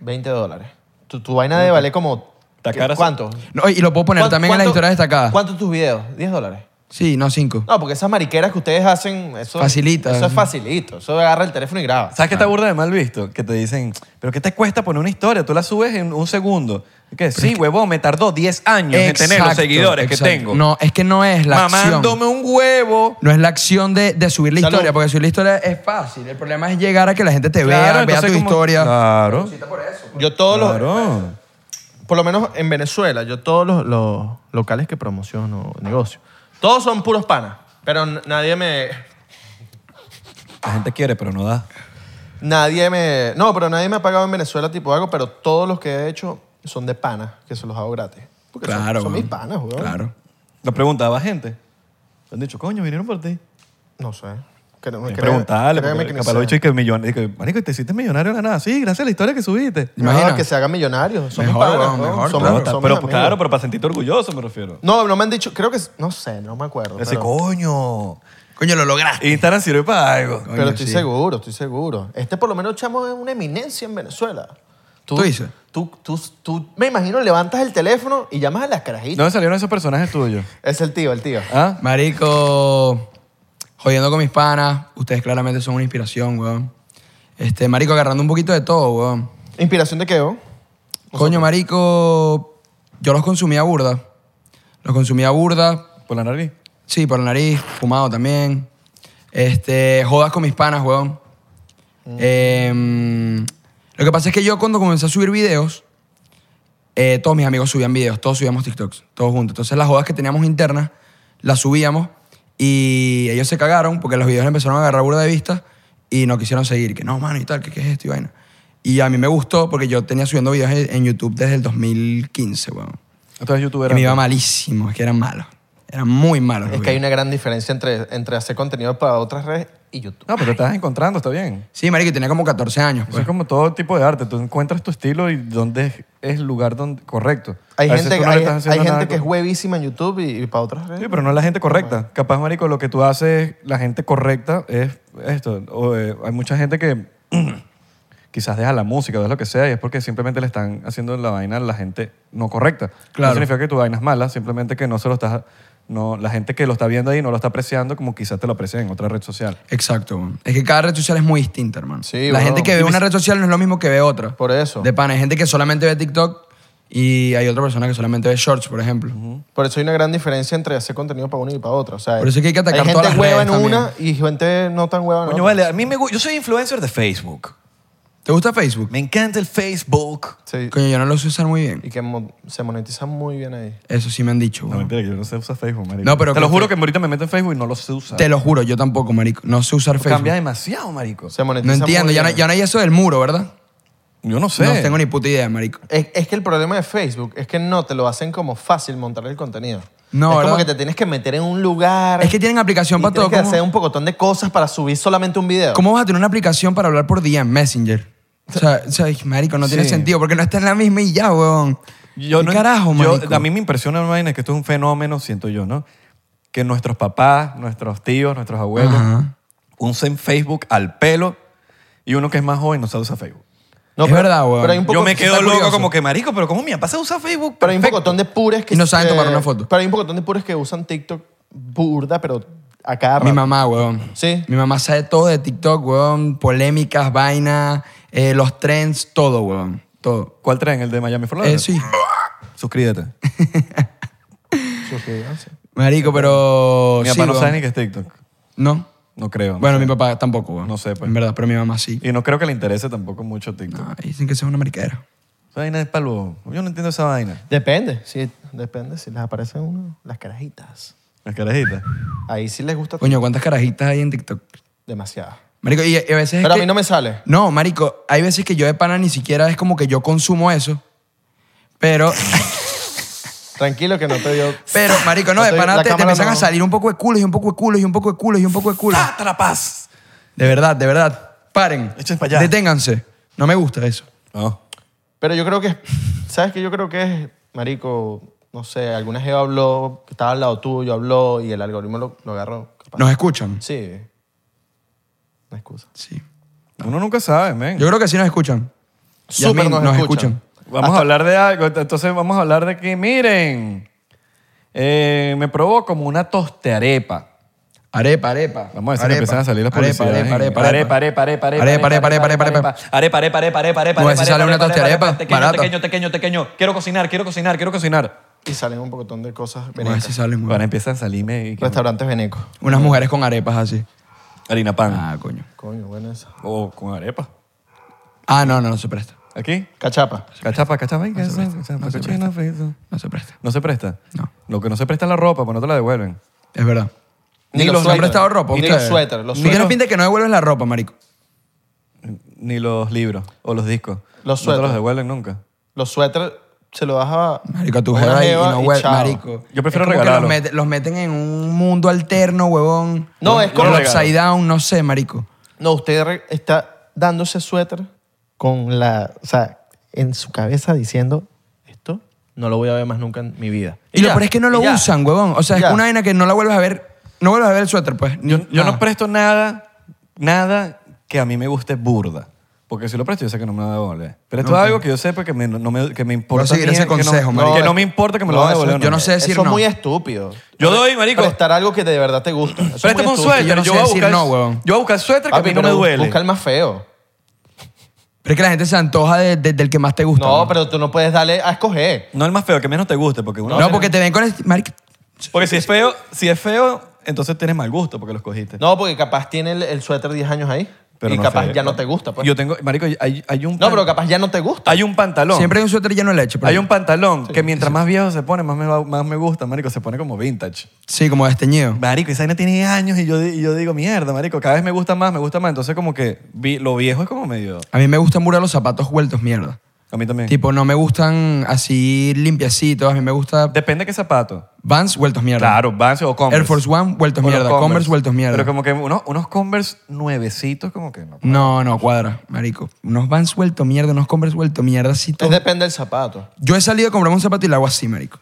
20 dólares. Tu, tu vaina debe valer como...
Está cara, sí.
¿Cuánto?
No, y lo puedo poner
¿Cuánto-
también en las
cuánto-
historias destacadas.
¿Cuánto tus videos? ¿10 dólares?
Sí, no, cinco.
Ah,
No, porque esas mariqueras que ustedes hacen, eso,
Facilita.
eso es facilito. Eso agarra el teléfono y graba.
¿Sabes qué está burda de mal visto? Que te dicen, ¿pero qué te cuesta poner una historia? Tú la subes en un segundo. ¿Qué? Sí, huevón, me tardó 10 años en tener los
Exacto,
seguidores
exacto.
que tengo.
No, es que no es la acción.
Mamándome un huevo.
No es la acción de, de subir la
Salud.
historia, porque subir la historia es fácil. El problema es llegar a que la gente te vea,
Claro,
vea tu
entonces como-
historia.
Claro.
Yo todos los...
Claro.
por lo menos en Venezuela, yo todos los, los locales que promociono negocios, todos son puros panas, pero n- nadie me,
La gente quiere, pero no da.
nadie me, no, pero nadie me ha pagado en Venezuela tipo algo, pero todos los que he hecho son de panas, que se los hago gratis. Porque son-
Claro,
son,
weón.
mis panas, weón.
Claro.
La pregunta, ¿va gente? Han dicho, coño, vinieron por ti.
No sé. Que no- créeme-
Preguntarle,
créeme
porque
que ni
capaz lo
sé.
he dicho y que millonario. que, Marico, te hiciste millonario de la nada. Sí, gracias a la historia que subiste.
¿Te
No,
imaginas?
que se hagan millonarios. Son
Mejor,
mis panas,
weón,
weón.
mejor,
Son-
claro.
son mis
pero, pues,
amigos.
claro, pero para sentirte orgulloso, me refiero.
No, no me han dicho, creo que, s- no sé, no me acuerdo.
Ese
pero-
coño.
Coño, lo lograste.
Instagram sirve para algo.
Coño,
Pero estoy
sí.
seguro, estoy seguro. Este por lo menos chamo es una eminencia en Venezuela.
¿Tú dices?
Tú, tú, tú, me imagino, levantas el teléfono y llamas a las carajitas.
¿Dónde salieron esos personajes tuyos?
Es el tío, el tío.
¿Ah?
Marico, jodiendo con mis panas. Ustedes claramente son una inspiración, weón. Este, marico, agarrando un poquito de todo, weón.
¿Inspiración de qué, vos?
Coño, marico, yo los consumía burda. Los consumía burda.
¿Por la nariz?
Sí, por la nariz, fumado también. Este, jodas con mis panas, weón.
Mm.
Em, lo que pasa es que yo cuando comencé a subir videos, eh, todos mis amigos subían videos, todos subíamos TikToks, todos juntos. Entonces las jodas que teníamos internas las subíamos y ellos se cagaron porque los videos le empezaron a agarrar burda de vista y no quisieron seguir. Que no, mano, y tal, que qué es esto y vaina. Y a mí me gustó porque yo tenía subiendo videos en en YouTube desde el 2015, weón.
Entonces youtuber.
Y me iba
antes.
malísimo, es que eran malos. Eran muy malos. los
Es que hay
videos.
una gran diferencia entre, entre hacer contenido para otras redes y YouTube.
No, pero te estás encontrando, está bien.
Sí, marico, y tenía como 14 años,
Eso
pues.
es como todo tipo de arte. Tú encuentras tu estilo y dónde es- es el lugar donde, correcto.
Hay
A veces
gente,
tú no le
hay,
estás
hay
haciendo
gente
nada
que es
co-
huevísima en YouTube y, y para otras redes.
Sí, pero no es la gente correcta. Capaz, marico, lo que tú haces, la gente correcta es esto. O, eh, hay mucha gente que quizás deja la música, deja lo que sea, y es porque simplemente le están haciendo la vaina a la gente no correcta.
Claro.
No significa que tu vaina es mala, simplemente que no se lo estás... No, la gente que lo está viendo ahí no lo está apreciando como quizás te lo aprecia en otra red social.
Exacto, weón. Es que cada red social es muy distinta, hermano.
Sí,
la
weón.
gente que ve una red social no es lo mismo que ve otra.
Por eso.
De pana, hay gente que solamente ve TikTok y hay otra persona que solamente ve shorts, por ejemplo.
Por eso hay una gran diferencia entre hacer contenido para una y para otra. O sea,
Por eso es que hay que atacar
gente
todas las
hueva
redes
en
también.
una y gente no tan hueva en
Coño,
otra.
vale, a mí me gusta... Yo soy influencer de Facebook.
¿Te gusta Facebook?
Me encanta el Facebook.
Sí,
Coño, yo no lo sé usar muy bien.
y que mo- se monetizan muy bien ahí.
Eso sí me han dicho,
No,
weón.
mentira, que yo no sé usar Facebook, marico.
No, pero
Te lo
que-
juro que ahorita me meto en Facebook y no lo sé usar.
Te lo juro, yo tampoco, marico. No sé usar Facebook.
Cambia demasiado, marico.
Se monetizan
No entiendo,
muy
ya no,
bien.
ya no hay eso del muro, ¿verdad?
Yo no sé.
No tengo ni puta idea, marico.
Es, es que el problema de Facebook es que no te lo hacen como fácil montar el contenido.
No,
es
¿verdad?
como que te tienes que meter en un lugar.
Es que tienen aplicación
y
para todo.
Tienes que
¿Cómo,
hacer un pocotón de cosas para subir solamente un video.
cómo vas a tener una aplicación para hablar por DM, Messenger? O sea, o sea, marico, no tiene
Sí.
sentido porque no está en la misma y ya, weón.
Yo
¿Qué
no-
carajo,
yo-
marico?
A mí me impresiona una vaina que esto es un fenómeno, siento yo, ¿no? Que nuestros papás, nuestros tíos, nuestros abuelos
Ajá.
usen Facebook al pelo y uno que es más joven no sabe usar Facebook.
Es verdad, weón.
Pero hay un
Yo
poco-
me quedo
está
loco
curioso.
como que, marico, pero ¿cómo mi papá se usa Facebook?
Pero hay un
Perfecto.
pocotón de pures que...
Y no saben
que-
tomar una foto.
Pero hay un pocotón de pures que usan TikTok burda, pero a cada
Mi
rato.
mamá, weón.
Sí.
Mi mamá sabe todo de TikTok, weón. Polémicas, vainas, eh, los trends, todo, weón. Todo.
¿Cuál traen? ¿El de Miami, Florida?
Eh, sí.
Suscríbete.
Sí, ok, ya sé.
Marico, pero.
Mi
Oh, sí,
papá no
weón.
sabe ni que es TikTok.
No.
No creo. no
Bueno,
sé.
mi papá tampoco, weón.
No sé, pues.
En verdad, pero mi mamá sí.
Y no creo que le interese tampoco mucho TikTok.
No, dicen que sea una maricadera.
Esa vaina es palo. Yo no entiendo esa vaina.
Depende, sí, depende. Si les aparecen uno, las carajitas.
Las carajitas.
Ahí sí les gusta
Coño, ¿cuántas carajitas hay en TikTok?
demasiado.
Marico, y, y a veces. es
Pero a
que-
mí no me sale.
No, marico, hay veces que yo de pana ni siquiera es como que yo consumo eso. Pero,
Tranquilo que no te dio...
pero, marico, no,
No
de
te-
pana
la
te, te
cámara
empiezan
no.
a salir un poco de culos y un poco de culos y un poco de culos y un poco de culos.
¡Sátrapaz!
De verdad, de verdad. Paren.
Echen pa' allá.
Deténganse. No me gusta eso.
No.
Pero yo creo que... ¿Sabes qué? Yo creo que es, marico, no sé, alguna jeva habló, que estaba al lado tuyo, habló y el algoritmo lo, lo agarró. capaz.
¿Nos escuchan?
Sí. Una excusa.
Sí.
Uno nunca sabe, men.
Yo creo que sí nos escuchan.
Súper
Yasmín,
nos escuchan.
Vamos a hablar de algo. Entonces vamos a hablar de que, miren, eh, me probó como una tostearepa.
Arepa, arepa.
Vamos a decir que
arepa.
empiezan a salir las
arepa,
publicidades.
arepa, arepa,
Arepa, arepa, arepa, arepa.
Arepa, arepa, arepa, arepa, arepa.
Arepa, arepa, arepa, arepa, arepa.
Pues, si
arepa,
sale una
arepa,
toste
arepa,
arepa,
Pequeño,
barata.
pequeño, pequeño, pequeño. Quiero cocinar, quiero cocinar, quiero cocinar.
Y salen un pocotón de cosas
Vamos a ver
venecas.
si salen, weón.
Ahora empiezan a salirme y-
Restaurantes venecos.
Unas mujeres con arepas así.
harina pan.
Ah, coño.
Coño, bueno eso.
O con arepa.
Ah, no, no, no se presta.
Aquí.
Cachapa.
Cachapa, cachapa. ay,
Ah, se presta,
cachapa,
no se
cochino, frito.
No se presta.
No se presta.
No.
Lo que no se presta es la ropa, pues no te la devuelven.
Es verdad.
Ni
¿Ni
los
los han
suéteres.
prestado ropa
Ni los
ustedes?
suéteres, los
¿Tú
suéteres.
tienes pinta de que no devuelves la ropa, marico?
Ni los libros o los discos.
Los
No te los
suéteres.
devuelven nunca.
Los suéteres se los das a.
Marico, a tu
una
jeva y, y no
y
huele,
chao.
marico.
Yo prefiero
Es como que Los,
regalarlo.
mete- los meten en un mundo alterno, huevón.
No, es como-
Los upside down, no sé, marico.
No, usted re- está dándose suéter con la. O sea, en su cabeza diciendo: Esto no lo voy a ver más nunca en mi vida.
Y, lo
ya,
peor es que no lo
y ya.
usan, huevón. O sea,
Ya.
es una vaina que no la vuelves a ver. No vuelves a ver el suéter, pues.
Yo, yo
presto.
no presto nada, nada que a mí me guste burda. Porque si lo presto, yo sé que no me va a devolver. Pero esto
Ok.
es algo que yo sé porque me, no me, que me importa.
Voy a seguir
mí,
ese
que no-
consejo,
que no,
marico.
que no me importa que me lo van a
eso-
devolver. o
yo no sé decir
eso
no.
es muy estúpido.
Yo doy, marico.
Prestar algo que de verdad te gusta. Eso es muy
Préstame este un
estúpido.
suéter.
yo no
yo,
sé
voy a
decir
buscar,
no, huevón.
yo voy a buscar suéter que a
Papi,
mí no me
pero bu-
duele.
Busca el más feo.
Pero es que la gente se antoja de- de- del que más te gusta. pues.
No, pero tú no puedes darle a escoger.
No el más feo, que menos te guste. Porque, uno,
No, porque te ven con el... Marico,
porque si es feo, si es feo, entonces tienes mal gusto porque lo escogiste.
No, porque capaz tiene el, el suéter 10 años ahí.
Pero
y
no
capaz
feo.
ya no te gusta, pues.
Yo tengo, marico, hay, hay un
no,
pan-
pero capaz ya no te gusta.
hay un pantalón.
siempre hay un suéter lleno de leche. por
hay un
ejemplo.
pantalón que mientras más viejo se pone, más me, va- más me gusta, marico. Se pone como vintage.
Sí, como desteñido.
Marico, esa vaina tiene años y yo, di- y yo digo, mierda, marico, cada vez me gusta más, me gusta más. Entonces como que vi- lo viejo es como medio...
A mí me gustan murar los zapatos vueltos mierda.
A mí también.
Tipo, no me gustan así limpiacitos. A mí me gusta
Depende de qué zapato.
Vans vueltos mierda.
Claro, Vans o Converse.
Air Force One vueltos
O los
mierda. Converse vueltos mierda.
Pero como que unos, unos Converse nuevecitos como que no.
No, no, cuadra, marico. Unos Vans vueltos mierda, unos Converse vueltos mierda, así
Es
todo.
depende del zapato.
Yo he salido a comprarme un zapato y lo hago así, marico.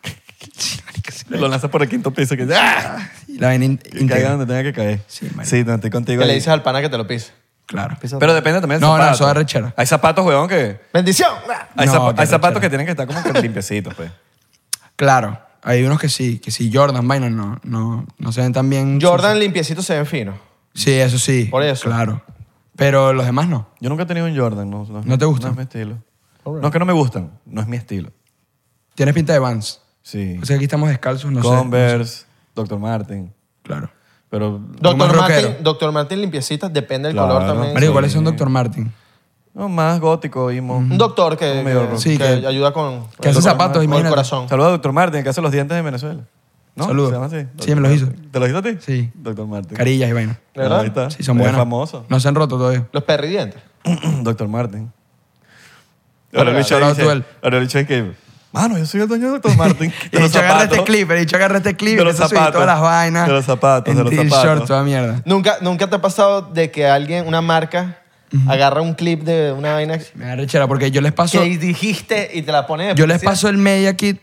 Sí, marico, sí.
Lo lanzas por el quinto piso que... ¡Ah!
Y la ven in-
Que
íntegra.
caiga donde tenga que caer.
Sí, marico.
Sí, no, estoy contigo.
Que le
ahí.
dices al pana que te lo pise.
Claro.
Pero depende también del
No, no,
zapato.
eso da rechera.
Hay zapatos, weón, que...
¡Bendición!
Hay,
No,
zap-
qué
hay zapatos
rechera.
que tienen que estar como que limpiecitos, pues.
Claro. Hay unos que sí, que sí, Jordan, vaina, no, no, no se ven tan bien.
Jordan limpiecito se ven finos.
Sí, eso sí.
Por eso.
Claro. Pero los demás no.
Yo nunca he tenido un Jordan. ¿No, es
¿No
mi-
te gustan?
No es mi estilo.
Alright.
No es que no me gustan, no es mi estilo.
Tienes pinta de Vans.
Sí.
O sea, aquí estamos descalzos, no sé, no sé.
Converse, Dr. Martin.
Claro.
Pero.
Como más
Doctor Martin,
rockero.
Doctor Martin limpiecitas, depende del
Claro.
color también.
Marico,
Sí.
¿cuáles son Dr. Martin?
No, más gótico, emo.
Un doctor que,
Un medio
que-
rock.
Sí,
que
que-
ayuda con,
que hace
con-
zapatos,
con el
imagínate.
corazón.
Saluda a Dr. Martin, que hace los dientes en Venezuela. ¿No?
Saludos.
¿Se llama así?
Sí, me los hizo.
¿Te los hizo a ti?
Sí.
Dr. Martin.
Carillas y vaina.
¿De ¿Ah? verdad?
Ahí está.
Sí, son
Es
buenas.
famoso.
No se han roto todavía.
Los perridientes.
Dr. Martin. Ahora el bicho
Saluda a
dice.
tú él.
Ahora el bicho es que. Mano, yo soy el dueño de Dr. Martin.
Y dicho, agarra este clip, he dicho, agarra este clip.
De los
entonces subí
zapatos.
todas las vainas.
De los zapatos, de
en
los
t-shirt,
zapatos.
toda mierda.
¿Nunca, ¿Nunca te ha pasado de que alguien, una marca, agarra un clip de una vaina
Me da rechera porque yo les paso,
que dijiste y te la pone de
yo les
publicidad?
paso el media kit.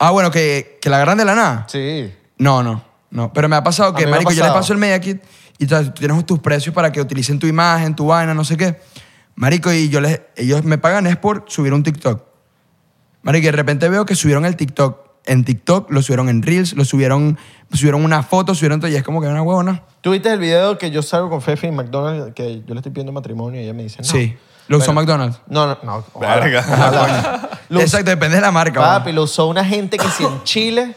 Ah, bueno, que, que la agarran de la nada.
Sí.
No, no, no. Pero me ha pasado que,
mí me ha
marico, yo les
pasado.
paso el media kit y tú tú tienes tus precios para que utilicen tu imagen, tu vaina, no sé qué. Marico, y yo les, ellos me pagan es por subir un TikTok. Marico, y de repente veo que subieron el TikTok. En TikTok, lo subieron en Reels, lo subieron, subieron una foto, subieron todo, y es como que una huevona.
¿Tú viste el video que yo salgo con Fefi en McDonald's que yo le estoy pidiendo matrimonio y ella me dice no?
Sí. ¿Lo usó
Bueno,
McDonald's?
No, no, no. ojalá.
Verga.
Ojalá. Lo usó-
Exacto, depende de la marca. huevón.
Papi, lo usó una gente que si en Chile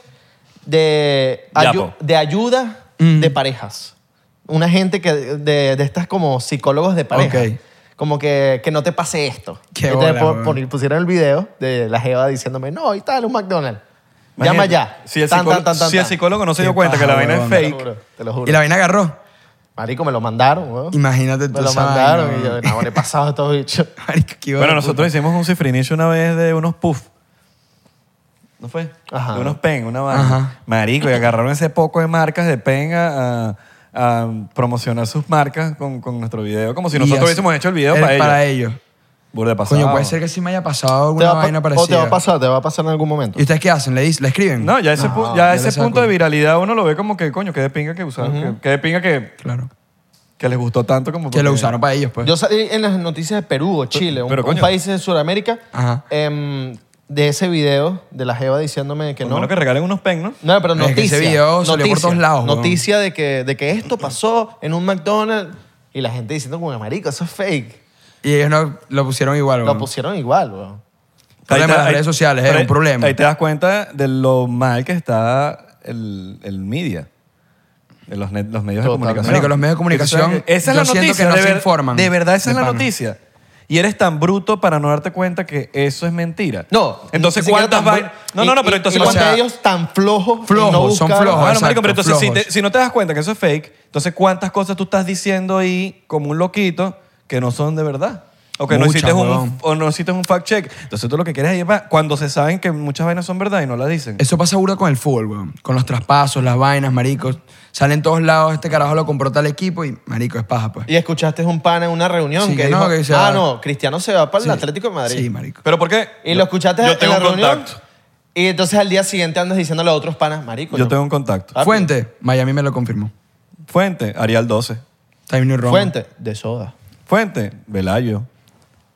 de, ayu-
Yapo.
de ayuda de parejas. Una gente que de, de estas como psicólogos de pareja.
Ok.
Como que, que no te pase esto.
Qué
Entonces,
bola,
pon-
weón.
pon- pusieron el video de la jeva diciéndome, no, ahí está un McDonald's. Llama
Imagínate,
ya.
Si el,
Tan,
psicólogo,
tan, tan, tan,
si el
tan.
psicólogo no se
Qué
dio cuenta que la
paja,
vaina
huevón.
es
Te lo
fake.
juro, te lo juro.
Y la vaina agarró.
Marico, me lo mandaron, weón.
Imagínate tú
Me lo
esa
mandaron
vaina,
y yo,
weón.
no, le he pasado a estos bichos.
Marico, qué
Bueno,
huevón.
nosotros hicimos un cifrinicho una vez de unos puff. ¿No fue?
Ajá.
De unos pen, una vaina.
Ajá.
Marico, y agarraron ese poco de marcas de pen a, a- a promocionar sus marcas con, con nuestro video. Como si
Y
nosotros
así-
hubiésemos hecho el video
el-
para,
Para
ellos.
ellos.
Burda de pasado.
Coño, puede ser que sí me haya pasado
Te
alguna
va a pa-
vaina
o te va
parecida.
a pasar, te va a pasar en algún momento.
¿Y ustedes qué hacen? ¿Le, dis- le escriben?
No, ya ese,
No,
pu- ya
ya
ese
les da
punto de
culo.
viralidad uno lo ve como que, coño, qué de pinga que usaron. que- qué de pinga que,
Claro.
que les gustó tanto como.
Que lo
porque-
usaron para ellos, pues.
Yo salí en las noticias de Perú o Chile, un,
pero,
un
coño.
país de Sudamérica,
Ajá.
em, de ese video de la Jeva diciéndome que
Por
no.
lo menos que regalen unos pen, ¿no?
No, pero
Es que
noticia.
ese video salió por
noticia,
todos lados, weón.
Noticia de que, de que esto pasó en un McDonald's y la gente diciendo como, marico, eso es fake.
Y ellos no, lo pusieron igual,
Lo
weón.
pusieron igual, weón.
Problema
Ahí te-
de las
ahí-
redes sociales, era
ahí-
un problema.
Ahí te das cuenta de lo mal que está el, el media, de los, net- los
Totalmente.
medios de comunicación.
Marico, los medios de comunicación,
Eso es- Esa es
yo
la
siento
noticia.
que no
de
se
ver-
informan,
De verdad,
de
esa es la
pana.
noticia. Y eres tan bruto para no darte cuenta que eso es mentira.
No.
Entonces,
ni siquiera
¿cuántas
tan-
vainas? No, no, no,
y-
pero
y-
entonces,
y los
o sea,
de ellos tan flojos.
flojos,
y no
son
buscaron-
flojos.
Bueno,
exacto,
marico, pero entonces si,
flojos.
te- si no te das cuenta que eso es fake, entonces cuántas cosas tú estás diciendo ahí como un loquito que no son de verdad. O que
Muchas,
no hiciste un
huevón.
o no hiciste un fact check. Entonces tú lo que quieres es llevar cuando se saben que muchas vainas son verdad y no las dicen.
Eso pasa burda con el fútbol, weón. Con los traspasos, las vainas, maricos. Salen todos lados, este carajo lo compró tal equipo y marico es paja, pues.
Y escuchaste un pana en una reunión
Sí,
que,
que
dijo,
no, que se
ah,
va".
no, Cristiano se va para el
Sí.
Atlético de Madrid.
Sí, marico.
¿Pero por qué?
Y lo escuchaste
yo
en
tengo
la
un
reunión.
contacto.
Y entonces al día siguiente andas diciéndole a otros panas, marico.
Yo
no-
tengo un contacto.
Ah,
Fuente, Miami me lo confirmó.
Fuente, Arial 12.
Time New Roman.
Fuente de soda.
Fuente, Velayo,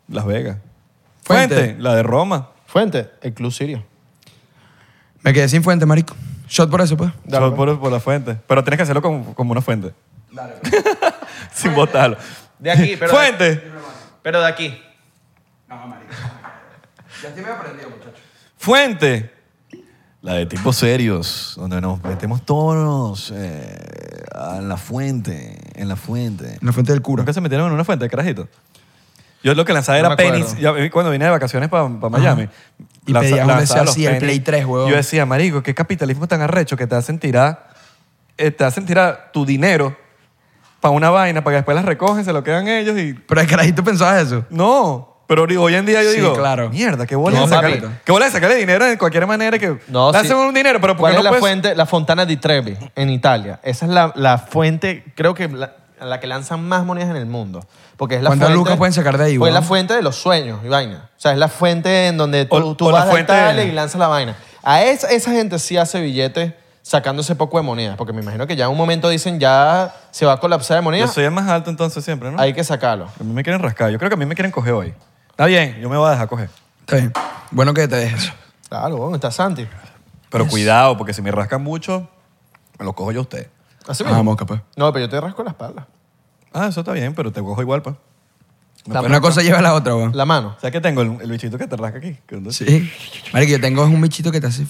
Las Vegas. Fuente,
Fuente.
la de Roma.
Fuente, el Club Sirio.
Me quedé sin fuente, marico. Shot por eso, pues.
Dale,
Solo por, por la fuente. Pero tienes que hacerlo como, como una fuente. Sin botarlo.
pues. De aquí, pero-
Fuente.
Pero de aquí.
Fuente. La de tipos serios, donde nos metemos todos eh, a la fuente, en la fuente.
En la fuente del cura.
¿Nunca se metieron en una fuente, carajito? Yo lo que lanzaba
No
era
me
penis.
acuerdo.
Yo, a mí cuando vine de vacaciones para Miami.
Y
lanza-
pedías un
lanzaba
deseo
los
así, el Play 3, huevón.
Yo decía, marico, qué capitalismo tan arrecho que te hacen tirar, eh, te hacen tirar tu dinero para una vaina, para que después las recogen, se lo quedan ellos y
Pero el carajito pensabas eso.
no, pero ahorita- hoy en día yo
Sí,
digo,
claro.
mierda, qué bola
No,
de sacarle,
papito.
qué bola de sacarle dinero de cualquier manera que
No,
le
sí.
hacen un dinero, pero
¿Cuál
porque no
es la
puedes-
fuente? La Fontana di Trevi, en Italia. Esa es la, la fuente, creo que la, a la que lanzan más monedas en el mundo. Porque es la
¿Cuántas
fuente...
lucas pueden sacar de ahí,
Pues es la
weón?
fuente de los sueños y vaina. O sea, es la fuente en donde tú,
O-
tú
o la
vas a
fuente-
Italia y lanzas la vaina. A esa, esa gente sí hace billetes sacándose poco de monedas. Porque me imagino que ya en un momento dicen ya se va a colapsar de
Yo
monedas.
soy el más alto entonces siempre, ¿no?
Hay que sacarlo.
A mí me quieren rascar, yo creo que a mí me quieren coger hoy. Está bien, yo me voy a dejar coger.
Está bien. Bueno que te dejes eso.
Claro, bueno, está Santi.
Pero cuidado, porque si me rascan mucho, me lo cojo yo a usted.
Así mismo.
Vamos, capaz.
No, pero yo te rasco la espalda.
Ah, eso está bien, pero te cojo igual, pues.
La
Una cosa lleva a la otra, weón.
La mano.
¿Sabes qué tengo? El, el bichito que te rasca aquí. que uno-
Sí. Marico, yo tengo es un bichito que te hace.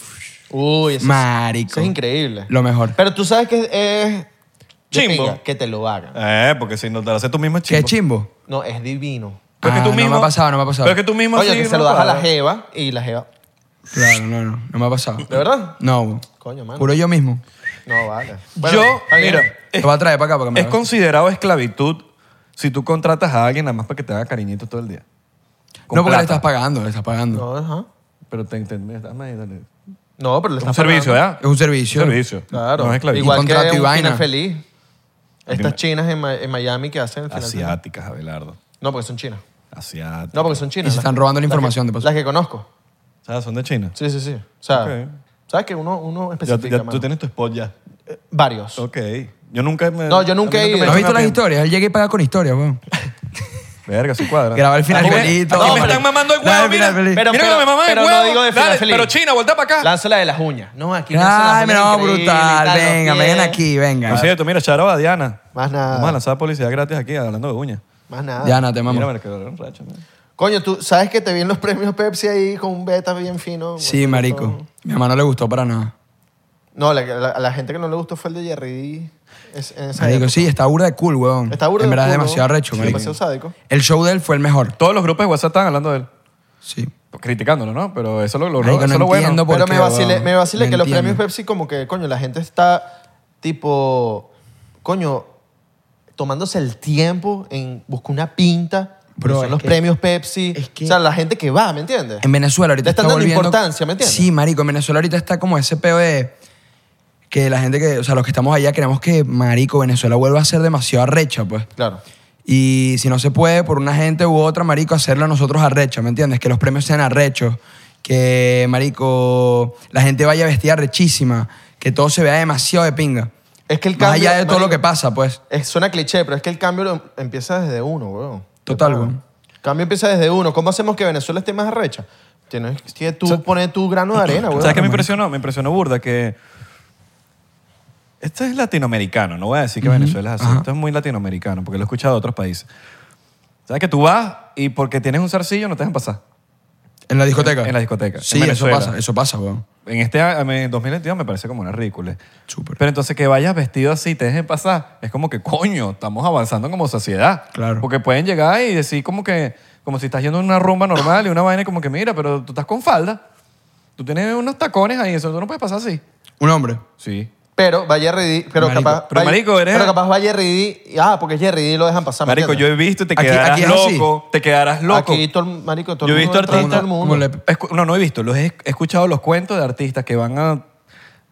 Uy, eso,
Marico.
eso es increíble.
Lo mejor.
Pero tú sabes que es... de
Chimbo.
pinga, Que te lo hagan.
Eh, porque si no te lo haces tú mismo es
¿Qué
chimbo.
chimbo?
No, es divino.
Pero es que
Ah, no
tú mismo-
me ha pasado, no me ha pasado.
Pero es que tú mismo
Oye,
sí,
que
no
se lo
lo
das a la
hagas.
jeva y la jeva...
Claro, no, no. No me ha pasado.
¿De verdad?
No, weón.
Coño, mano.
Juro yo mismo.
No, vale.
Yo,
está bien.
mira, es-
Lo voy a traer para acá para que me
Eh. es
lo-
considerado esclavitud si tú contratas a alguien nada más para que te haga cariñito todo el día. Con
No, porque
plata.
le estás pagando, le estás pagando.
No, ajá.
Pero te entendí, dame ahí, dale.
No, pero le
Un
estás
servicio,
pagando.
¿verdad?
Es un servicio.
Un servicio.
Claro.
No es esclavitud.
Y
Igual que
contrato y
un
vaina.
final feliz. Estas
Dime.
chinas en, Ma- en Miami que hacen el final feliz.
Asiáticas, Abelardo.
No, porque son chinas.
Asiáticas.
No, porque son chinas.
Y se
las
están
que-
robando la
las
información,
que-
de paso.
Las que conozco.
Ah, son de China.
Sí, sí, sí. O sea,
Ok.
¿sabes que Uno, uno
Ya,
especifica,
ya
mano.
tú tienes tu spot ya.
Eh, Varios.
Ok. Yo nunca me...
No, yo nunca
a mí
he ido.
¿No has
me
visto las
llaman-
historias? Él llega y paga con historias, weón.
Verga, sí cuadra.
Graba el final
Aquí me-
bonito.
aquí
No,
me
pero-
están mamando el
Graba
huevo,
el
mira.
final feliz.
Mira
Pero-
cómo me maman el
pero no
huevo.
digo de final
Dale,
feliz.
Pero China, vuelta para acá.
Lánzala de las uñas. No, aquí
Ay,
lanzan
me
las
no,
uñas increíbles y
brutal.
tal, los
Venga,
pies.
ven aquí, venga.
Por cierto, mira, Charo a Diana.
Más nada.
Vamos a lanzar publicidad gratis aquí, hablando de uñas.
Más nada.
Ya, no, Ah, te
Mira,
mamo.
me quedó un racho. mira.
Coño, tú sabes que te vi en los premios Pepsi ahí con un beta bien fino.
Sí, marico. Mi mamá no le gustó para nada.
No, la, la- a la gente que no le gustó fue el de Jerry D. Es- en esa
Marico,
época.
sí, está burda de cool, weón.
Está burdo
En verdad es
culo,
demasiado recho,
sí,
marico.
Demasiado sádico.
El show de él fue el mejor.
Todos los grupos de WhatsApp están hablando de él. pues,
Sí.
Criticándolo, ¿no? Pero eso lo logró.
Marico,
Eso
no
es lo bueno.
entiendo pues, por
Pero
qué,
me vacilé,
weón.
me vacilé
No
que los
entiendo.
premios Pepsi como que, coño, la gente está tipo, coño, tomándose el tiempo en buscar una pinta.
Bro,
Pero son
es
los
que-
premios Pepsi.
es que-
o sea, la gente que va, ¿me entiendes?
En Venezuela ahorita
Le están
está
dando
volviendo-
importancia, ¿me entiendes?
Sí, marico, en Venezuela ahorita está como ese peo de que la gente que, o sea, los que estamos allá queremos que marico Venezuela vuelva a ser demasiado arrecha, pues.
Claro.
Y si no se puede por una gente u otra, marico, hacerlo nosotros arrecha, ¿me entiendes? Que los premios sean arrechos, que marico la gente vaya vestida arrechísima, que todo se vea demasiado de pinga.
Es que el
Más
cambio...
allá de todo lo
marico,
que pasa, pues.
es- suena cliché, pero es que el cambio lo em- empieza desde uno, weón.
Total,
Claro.
weón.
El cambio empieza desde uno. ¿Cómo hacemos que Venezuela esté más arrecha? Tienes que tú poner tu grano de arena, weón.
¿Sabes qué me impresionó? Me impresionó burda que... Esto es latinoamericano, no voy a decir que Venezuela es así.
ajá.
Esto es muy latinoamericano, porque lo he escuchado de otros países. ¿Sabes que tú vas y porque tienes un zarcillo no te dejan pasar?
En la discoteca.
En la discoteca, en
Sí, eso
Venezuela.
pasa, eso pasa, weón.
En este a- en 2022 me parece como una ridícula.
Súper.
Pero entonces que vayas vestido así y te dejen pasar, es como que coño, estamos avanzando como sociedad.
Claro.
Porque pueden llegar y decir como que, como si estás yendo a una rumba normal y una vaina y como que mira, pero tú estás con falda. Tú tienes unos tacones ahí, eso tú no puedes pasar así.
Un hombre.
Sí.
Pero va Jerry D. Pero
Marico,
capaz.
pero
va-
marico, eres-
Pero capaz va Jerry D. y- Ah, porque Jerry D lo dejan pasar. ¿me
Marico, yo
entiendes?
he visto y te
Aquí-
quedarás
aquí es así.
loco. Te quedarás loco.
Aquí todo el, marico, todo
Yo he
el
visto
mundo entra-
artistas-
todo el mundo.
Como le-
Escu- No, no he visto. Los he he escuchado los cuentos de artistas que van a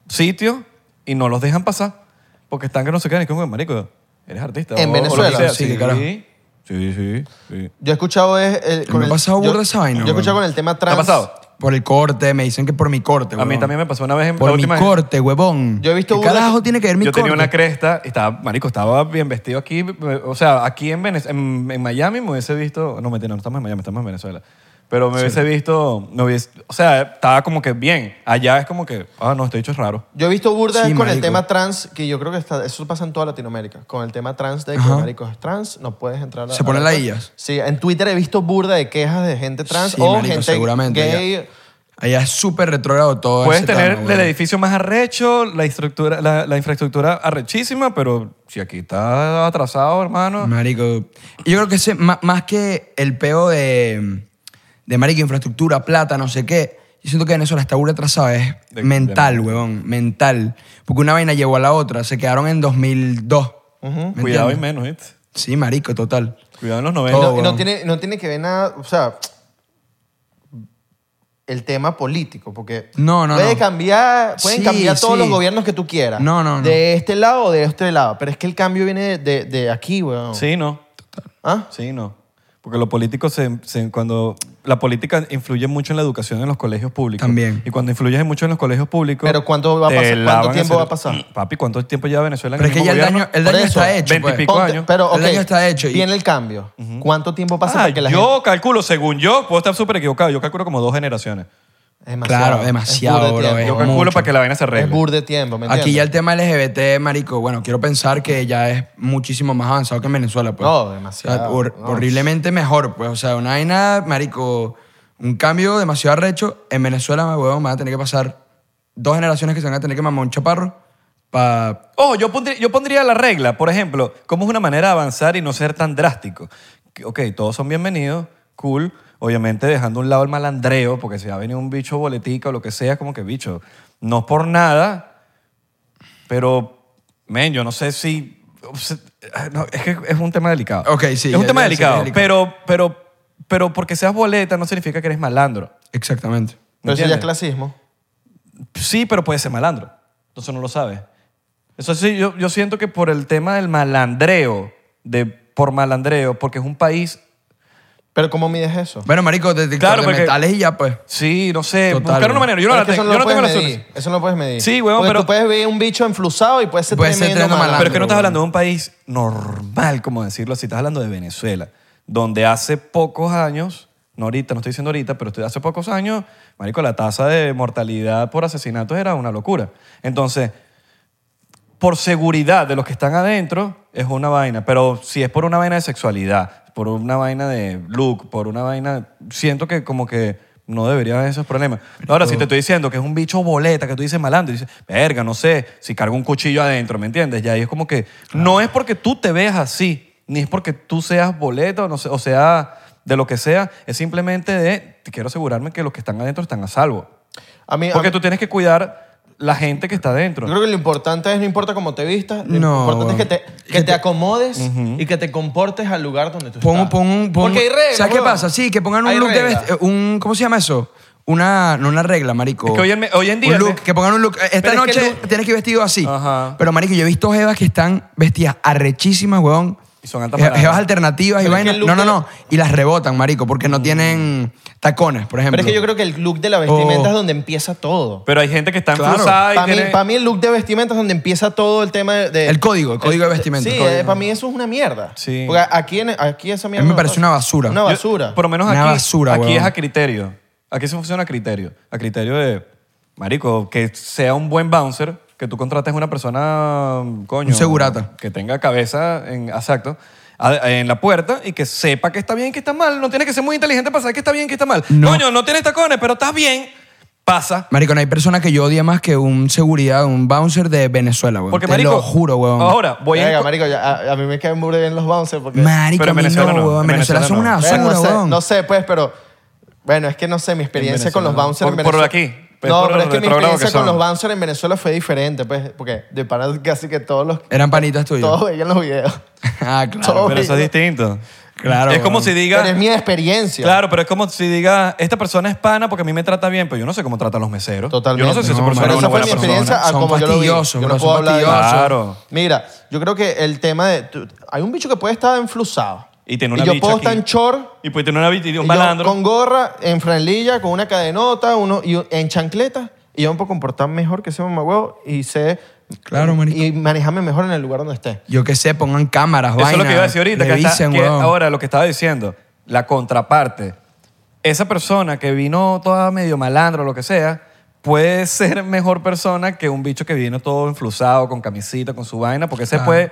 sitios y no los dejan pasar porque están que no se quedan. Y como que, marico, eres artista.
En
o- o lo que
Venezuela.
sea.
Sí, Este
Sí,
claro.
sí, sí, sí, sí.
Yo he escuchado es. el-
me ha pasado burda esa vaina,
Yo he escuchado
weón.
con el tema
¿Te
trans.
ha pasado?
Por el corte, me dicen que por mi corte,
A mí
huevón.
también me pasó una vez en la
Por mi
última
corte, huevón.
Yo he visto
¿Qué
burda
carajo
que-
tiene que ver mi
Yo
corte?
tenía una cresta y estaba, marico, estaba bien vestido aquí. O sea, aquí en, Venez- en, en Miami me hubiese visto... No, mentira, no estamos en Miami, estamos en Venezuela. Pero me hubiese visto... me hubiese- o sea, estaba como que bien. Allá es como que, ah, no, este dicho es raro.
Yo he visto burdas
Sí,
con el
marico.
tema trans, que yo creo que está- eso pasa en toda Latinoamérica. Con el tema trans de que
Ajá.
marico es trans, no puedes entrar a
Se ponen
a-
las illas.
Sí, en Twitter he visto burda de quejas de gente trans
Sí,
o
marico,
gente
seguramente,
gay.
Allá es súper retrógrado todo
Puedes
ese
tener
tema,
el
huevón.
edificio más arrecho, la, estructura, la, la infraestructura arrechísima, pero si aquí está atrasado, hermano.
Marico. Y Yo creo que ese, ma- más que el peo de, de marico, infraestructura, plata, no sé qué, yo siento que Venezuela está burda atrasada. Es
De-
mental,
de-
huevón. Mental. Porque una vaina llevó a la otra. Se quedaron en 2002. ¿me
Cuidado y
entiendes?
menos, ¿viste?
Sí, marico, total.
Cuidado en los 90.
Todo.
no, y
Oh, weón.
no tiene, no tiene que ver nada, o sea, el tema político, porque
No, no,
puede
no.
cambiar, pueden
Sí,
cambiar todos
sí.
los gobiernos que tú quieras.
No, no, no.
De este lado o de este lado, pero es que el cambio viene de, de- de aquí, weón.
Sí, no.
¿Ah?
Sí, no. Porque lo político se, se- cuando la política influye mucho en la educación en los colegios públicos.
También.
Y cuando influye mucho en los colegios públicos.
Pero ¿cuánto va a
te
pasar?
la
¿Cuánto
van
tiempo
hacer-
va a pasar?
Papi, ¿cuánto tiempo lleva Venezuela en
Pero es que
el
ya el
mismo
daño,
gobierno?
el daño
Por
está
eso,
hecho. pues.
veintipico. años.
Pero,
El
ok,
año está hecho y-
Viene el cambio. ¿Cuánto tiempo pasa
Ah,
para que la
yo
gente...
calculo, según yo, puedo estar súper equivocado, yo calculo como dos generaciones.
Es demasiado,
Claro,
es
demasiado,
burda de
bro,
tiempo.
Yo
es
calculo
mucho.
para que la vaina se arregle.
Es burde tiempo, ¿me entiendes?
Aquí ya el tema LGBT, marico, bueno, quiero pensar que ya es muchísimo más avanzado que en Venezuela, pues.
No, demasiado,
O sea, hor-
no.
Horriblemente mejor, pues. O sea, una vaina, marico, un cambio demasiado arrecho. En Venezuela, huevón, van a tener que pasar dos generaciones que se van a tener que mamar un chaparro para...
Ojo, Oh, yo pondría, yo pondría la regla, por ejemplo, como es una manera de avanzar y no ser tan drástico. Que, Ok, todos son bienvenidos, cool. Obviamente dejando a un lado el malandreo, porque si ha venido un bicho boletica o lo que sea, como que bicho, no es por nada, pero, men, yo no sé si... no, es que es un tema delicado.
Ok, sí,
Es un
ya-
tema
ya sé que es
delicado,
delicado.
Pero, pero, pero porque seas boleta no significa que eres malandro.
Exactamente.
Pero eso ya es
¿Entiendes?
clasismo.
Sí, pero puede ser malandro. Entonces no lo sabes. Eso sí, yo, yo siento que por el tema del malandreo, de, por malandreo, porque es un país,
Pero ¿cómo mides eso?
Bueno, marico, te, te
Claro, porque-
mentales y ya, pues.
sí, no sé,
Total,
buscar una
güey.
manera. Yo
Pero
no, la
es que
tengo,
eso
yo no
lo
tengo la
puedes
solución.
medir. Eso no lo puedes medir.
Sí, huevón,
Porque
pero-
tú puedes ver un bicho enflusado y puede ser
Puede ser
tremendo
tremendo
malandro.
Pero es que no estás
güey.
hablando de un país normal, como decirlo así, estás hablando de Venezuela, donde hace pocos años, no ahorita, no estoy diciendo ahorita, pero estoy- hace pocos años, marico, la tasa de mortalidad por asesinatos era una locura. Entonces, por seguridad de los que están adentro, es una vaina, pero si es por una vaina de sexualidad, por una vaina de look, por una vaina, siento que como que no debería haber esos problemas. Ahora, si te estoy diciendo que es un bicho boleta, que tú dices malandro, y dices, verga, no sé, si cargo un cuchillo adentro, ¿me entiendes? Ya ahí es como que no es porque tú te veas así, ni es porque tú seas boleta o, no sé- o sea de lo que sea, es simplemente de, quiero asegurarme que los que están adentro están a salvo.
A mí, a
Porque
mí-
tú tienes que cuidar la gente que está adentro.
yo creo que lo importante es, no importa cómo te vistas, lo
No,
importante es que
güey.
te, que te acomodes y que te comportes al lugar donde tú
Pon,
estás.
pon un. pon-
Porque hay reglas,
¿Sabes qué
huevón.
pasa? Sí, que pongan un
Hay
look de
reglas.
vesti- eh, un ¿Cómo se llama eso? Una, no una regla, marico.
Es que hoy en- hoy en día-
Un look, que pongan un look. Eh, Esta
Pero es que
noche
el look-
tienes que ir vestido así.
Ajá.
Pero, marico, yo he visto jevas que están vestidas arrechísimas, weón.
Y son altas
Je-
paradas.
Jevas alternativas y
Pero es que
vainas.
el look
No, no,
de la-
no. Y las rebotan, marico, porque no tienen tacones, por ejemplo.
Pero es que yo creo que el look de la vestimenta
Oh.
es donde empieza todo.
Pero hay gente que está
Claro.
enfusada y
Para mí,
tiene...
pa' mí el look de vestimenta es donde empieza todo el tema de... de-
El código, el código de vestimenta,
Sí,
el código.
para mí eso es una mierda.
Sí.
Porque aquí, en- aquí esa mierda...
me
no
parece
pasa.
una basura.
Una
Yo-
basura.
Por lo menos aquí,
Una basura,
aquí
weón.
es a criterio. Aquí se funciona a criterio. A criterio de, marico, que sea un buen bouncer, que tú contrates una persona, coño...
Un segurata.
Que tenga cabeza, en, exacto, a- en la puerta y que sepa que está bien y que está mal. No tienes que ser muy inteligente para saber que está bien y que está mal.
No.
Coño, no tienes tacones, pero estás bien. Pasa.
Marico, no hay persona que yo odie más que un seguridad, un bouncer de Venezuela, weón.
Porque,
Te
marico...
lo juro, weón.
Ahora, voy a...
Venga,
enco-
marico, ya- a, a mí me caen muy bien los bouncers porque...
Marico,
Pero en
a mí
Venezuela
no,
no,
weón.
en
En Venezuela,
Venezuela
son una
no.
basura,
Bueno, no, sé,
weón.
no sé, pues, pero... Bueno, es que no sé, mi experiencia con los
Venezuela,
bouncers en
no. Por- por
Venezuela...
aquí, pues,
no,
por
pero es
lo
que mi
retrógrado que
experiencia con
son.
los bouncers en Venezuela fue diferente, pues, porque de parada casi que todos los...
Eran panitas tuyas.
Todos veían los videos.
ah,
Todo.
claro.
Pero eso es distinto.
Claro,
Es como
weón.
si digas...
Pero es mi experiencia.
Claro, pero es como si diga, esta persona es pana porque a mí me trata bien, pero yo no sé cómo tratan los meseros.
Totalmente.
Yo no sé si esa
No,
persona
Pero
es
marico,
una
esa fue
buena
mi
persona.
experiencia a
Son
como yo lo vi.
fastidiosos,
Yo no
bro,
puedo
son
hablar de-
fastidiosos.
Claro.
Mira, yo creo que el tema de... tú- hay un bicho que puede estar enflusado.
Y tiene una
yo
bicha
puedo
aquí.
estar en short,
Y pues tiene una bit- y un
y yo
malandro.
con gorra, en franelilla, con una cadenota, uno, y un- en chancleta. Y yo me puedo comportar mejor que ese mamagüevo y sé...
Claro, marico.
Y manejarme mejor en el lugar donde esté.
Yo qué sé, pongan cámaras,
Eso es lo
vainas,
que iba a decir ahorita. Que hasta-
revisen,
que
weón.
ahora lo que estaba diciendo, la contraparte. Esa persona que vino toda medio malandro o lo que sea, puede ser mejor persona que un bicho que vino todo enflusado, con camisita, con su vaina, porque ese
Claro.
puede...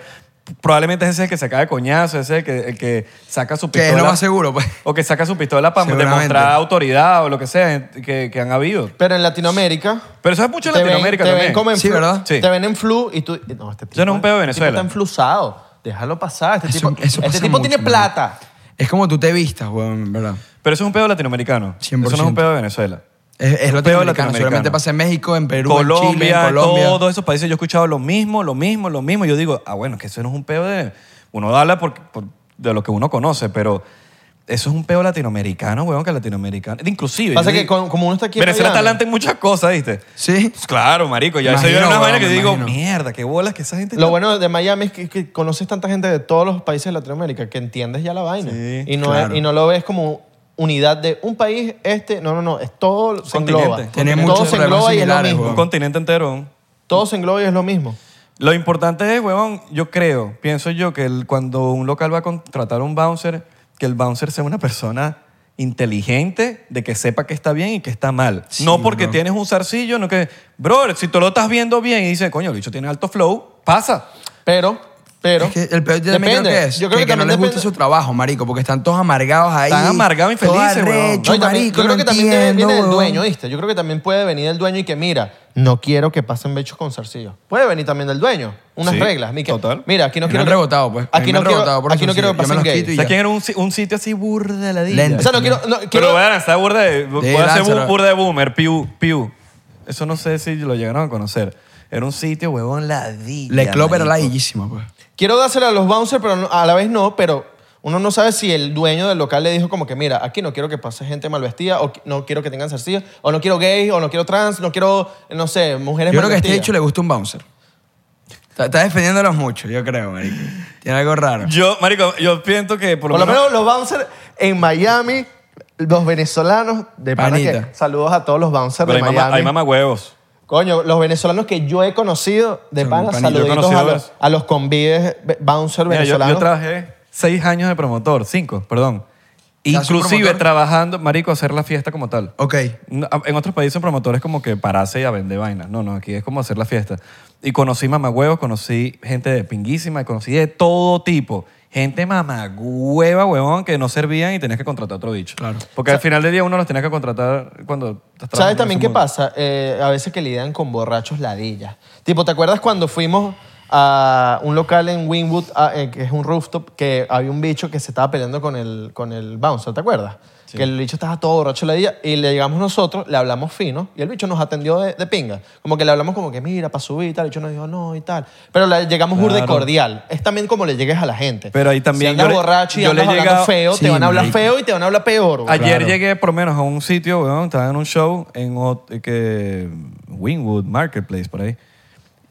Probablemente ese es el que se cae de coñazo, ese es el que, el que saca su
Que
pistola.
es lo más seguro, pues.
O que saca su pistola para
Seguramente.
demostrar autoridad o lo que sea que, que han habido.
Pero en Latinoamérica...
Pero eso es mucho en
te ven-
Latinoamérica
te ven
también.
como en
Sí,
flu-
¿verdad?
Sí.
Te ven en flu y tú... y No, este tipo,
Eso no es un pedo de
este tipo
Venezuela.
está enflusado. Déjalo pasar. Este
Eso-
tipo,
eso
este
pasa
tipo
mucho,
tiene
marico.
plata.
Es como tú te vistas, weón, en ¿verdad?
Pero eso es un pedo latinoamericano. Eso no es un
100%.
pedo de Venezuela.
Es, es lo latinoamericano.
Peor latinoamericano.
Solamente pasa en México, en Perú, en Chile,
Colombia,
en Colombia.
todos esos países yo he escuchado lo mismo, lo mismo, lo mismo. Yo digo, ah, bueno, que eso no es un pedo de... Uno habla por, por- de lo que uno conoce, pero eso es un pedo latinoamericano, weón, que latinoamericano. Inclusive...
Pasa
yo
que
digo-
con- como uno está aquí en
Venezuela está
Miami-
adelante en muchas cosas, ¿viste?
Sí.
Pues claro, marico. Ya se
Imagino,
una
weón,
vaina que
me
digo,
imagino.
mierda, qué bolas que esa gente...
Lo
está-
bueno de Miami es que, que conoces tanta gente de todos los países de Latinoamérica que entiendes ya la vaina.
Sí,
y, no
claro.
es- y no lo ves como unidad de un país, este. No, no, no. Es todo se
Continente.
engloba.
Tiene
todo
muchos
se
problemas
engloba y es lo
similares,
mismo.
Un continente entero. weón.
Todo se engloba y es lo mismo.
Lo importante es, huevón, yo creo, pienso yo, que el- cuando un local va a contratar un bouncer, que el bouncer sea una persona inteligente, de que sepa que está bien y que está mal.
Sí,
no porque
bro.
tienes un zarcillo, no que, bro, si tú lo estás viendo bien y dices, coño, el bicho tiene alto flow, pasa.
Pero, pero.
Es que el peor yo también creo que es
Yo
que,
creo que,
que no
también
les gusta
depende-
su trabajo, marico, porque están todos amargados ahí.
Están amargados, infelices,
todos
weón.
arrechos,
No, y también-
marico,
yo creo
no
que también te-
entiendo,
viene del
weón.
dueño, ¿viste? Yo creo que también puede venir del dueño y que, mira, no quiero que pasen bechos con zarcillo. Puede venir también del dueño. Unas
Sí,
reglas. Mica.
total.
Mira, aquí no
Me
quiero.
han
que-
rebotado, pues. A mí
Aquí
me
no
han
quiero,
rebotado por
aquí no quiero que
zarcillo. Yo me los
pasen
quito
gays.
y
¿Sabes
ya.
quién era un, si- un sitio así burda de la
Lento.
O sea, no quiero. No,
Pero
quiero
voy a lanzar burda de, voy a hacer
lánzalo.
burda de boomer, piu, piu. Eso no sé si lo llegaron a conocer. Era un sitio, huevón, ladilla.
Le Club era
marico.
ladillísima, pues.
Quiero dársela a los bouncers, pero no- a la vez no, pero Uno no sabe si el dueño del local le dijo como que, mira, aquí no quiero que pase gente mal vestida, o qui- no quiero que tengan zarcillas, o no quiero gays, o no quiero trans, no quiero, no sé, mujeres
Yo creo que a este
malvestidas".
hecho le gusta un bouncer. Está, está defendiéndolos mucho, yo creo, marico. Tiene algo raro.
Yo, marico, yo piento que por
Por lo menos los bouncers en Miami, los venezolanos de pana
Panita.
que- Saludos a todos los bouncers
Pero
de
hay
Miami.
mamá, hay huevos.
Coño, los venezolanos que yo he conocido de
Son
pana,
panitas.
saluditos
Yo he conocido
a los,
varios.
a los convives be- bouncer
yo,
venezolanos.
yo trabajé seis años de promotor, cinco, perdón.
¿Ya sos
Inclusive
promotor?
trabajando, marico, hacer la fiesta como tal.
Ok.
No, a- En otros países son promotores como que pararse y a vender vainas. No, no, aquí es como hacer la fiesta. Y conocí mamagüevos, conocí gente de pinguísima, conocí de todo tipo. Gente mamagüeva, huevón, que no servían y tenías que contratar otro bicho.
Claro.
Porque al final del día uno los tenías que contratar cuando estás trabajando
¿Sabes
en
también
ese
qué
mundo.
pasa? Eh, a veces que lidian con borrachos ladillas. Tipo, ¿te acuerdas cuando fuimos a un local en Winwood, a- eh, que es un rooftop, que había un bicho que se estaba peleando con el, con el bouncer, ¿te acuerdas? Que el bicho estaba todo borracho ladilla y le llegamos nosotros, le hablamos fino y el bicho nos atendió de, de pinga. Como que le hablamos como que mira, para subir y tal. El bicho nos dijo no y tal. Pero le llegamos burde
Claro.
cordial. Es también como le llegues a la gente.
Pero ahí también
Si andas
yo le-
borracho y
yo le
andas
he
hablando
llegado-
feo,
Sí,
te van a hablar
marico.
feo y te van a hablar peor. güey.
Ayer
Claro.
llegué por lo menos a un sitio, weón, estaba en un show en ot- que Wingwood Marketplace por ahí.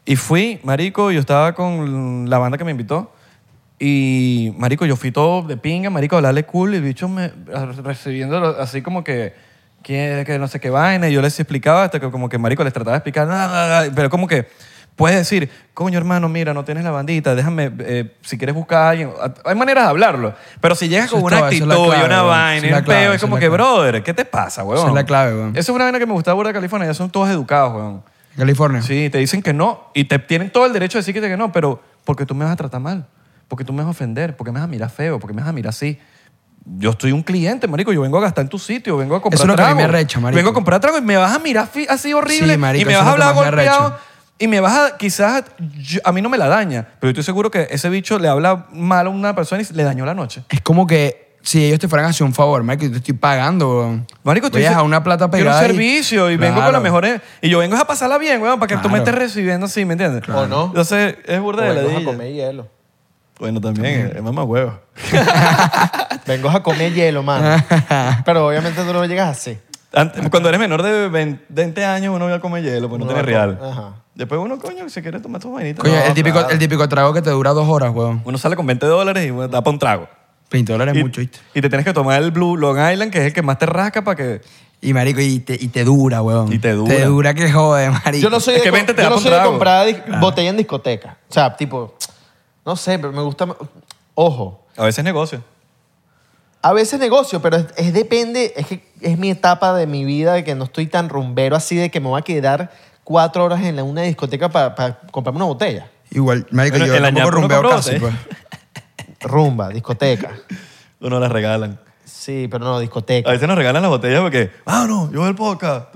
Y fui, marico, yo estaba con la banda que me invitó y marico, yo fui todo de pinga, marico, a hablarle cool y el bicho me recibiendo así como que que, que no sé qué vaina y yo les explicaba hasta que como que marico les trataba de explicar, "Ah, ah, ah", pero como que puedes decir, coño hermano, mira, no tienes la bandita, déjame, eh, si quieres buscar a alguien, hay maneras de hablarlo, pero si llegas
Eso
con
es
una
todo, esa es
actitud
la
y
clave,
una
weón.
vaina,
Esa
y
es la
un
clave,
peo,
esa
es
es
como
la
que,
clave.
brother, ¿qué te pasa, weón?
Esa es la clave, weón.
Eso es una vaina que me gustaba de California, ya son todos educados, weón.
California.
Sí, te dicen que no y te tienen todo el derecho de decirte que no, pero porque tú me vas a tratar mal, porque tú me vas a ofender, porque me vas a mirar feo, porque me vas a mirar así. Yo estoy un cliente, marico, yo vengo a gastar en tu sitio, vengo a comprar
Eso es lo que a mí
trago.
me arrecha, marico.
Vengo a comprar trago y me vas a mirar fi- así horrible
Sí, marico,
y me
eso
vas a
es lo que
hablar
más me arrecha.
golpeado y me vas a quizás yo- a mí no me la daña, pero yo estoy seguro que ese bicho le habla mal a una persona y le dañó la noche.
Es como que si ellos te fueran a hacer un favor, marico, yo te estoy pagando, weón.
Marico,
Voy a dejar una plata pegada ahí.
Quiero un servicio y vengo con
Claro.
las mejores. Y yo vengo es a pasarla bien, weón, para que tú me
Claro.
estés recibiendo así, ¿me entiendes?
Claro. ¿O no?
Entonces, es burda de
O
la
vengas a
dilla.
comer hielo.
Bueno, también, es mamá huevo.
Vengo a comer hielo, mano. Pero obviamente tú no llegas así.
Antes, cuando eres menor de 20, 20 años, uno va a comer hielo, porque no,
Uno
tiene
va a
real.
comer, ajá.
Después uno, coño, si quiere tomar tus vainitas.
Coño,
No,
el, típico,
claro.
el típico trago que te dura dos horas, weón.
Uno sale con 20 dólares y bueno, da para un trago.
20 dólares
y,
es mucho, ¿viste?
y te tienes que tomar el Blue Long Island, que es el que más te rasca para que...
Y marico, y te, y te dura, weón.
Y te dura.
Te dura que jode, marico.
Yo no soy
Es
de,
que
co-
vente, te
yo
da
no
pa' un
soy de
trago.
comprar di- botella en discoteca. O sea, tipo, no sé, pero me gusta. Ojo,
A veces negocio.
a veces negocio, pero es, es depende. Es que es mi etapa de mi vida de que no estoy tan rumbero así de que me voy a quedar cuatro horas en la- una discoteca para comprarme una botella.
Igual, marico,
Bueno,
yo
en la
tampoco
ñapa uno
rumbeo
compra
casi, pues.
botella.
Rumba, discoteca.
Uno las regalan.
Sí, pero no,
A
discoteca.
veces nos regalan las botellas porque, ah, no, yo veo el podcast.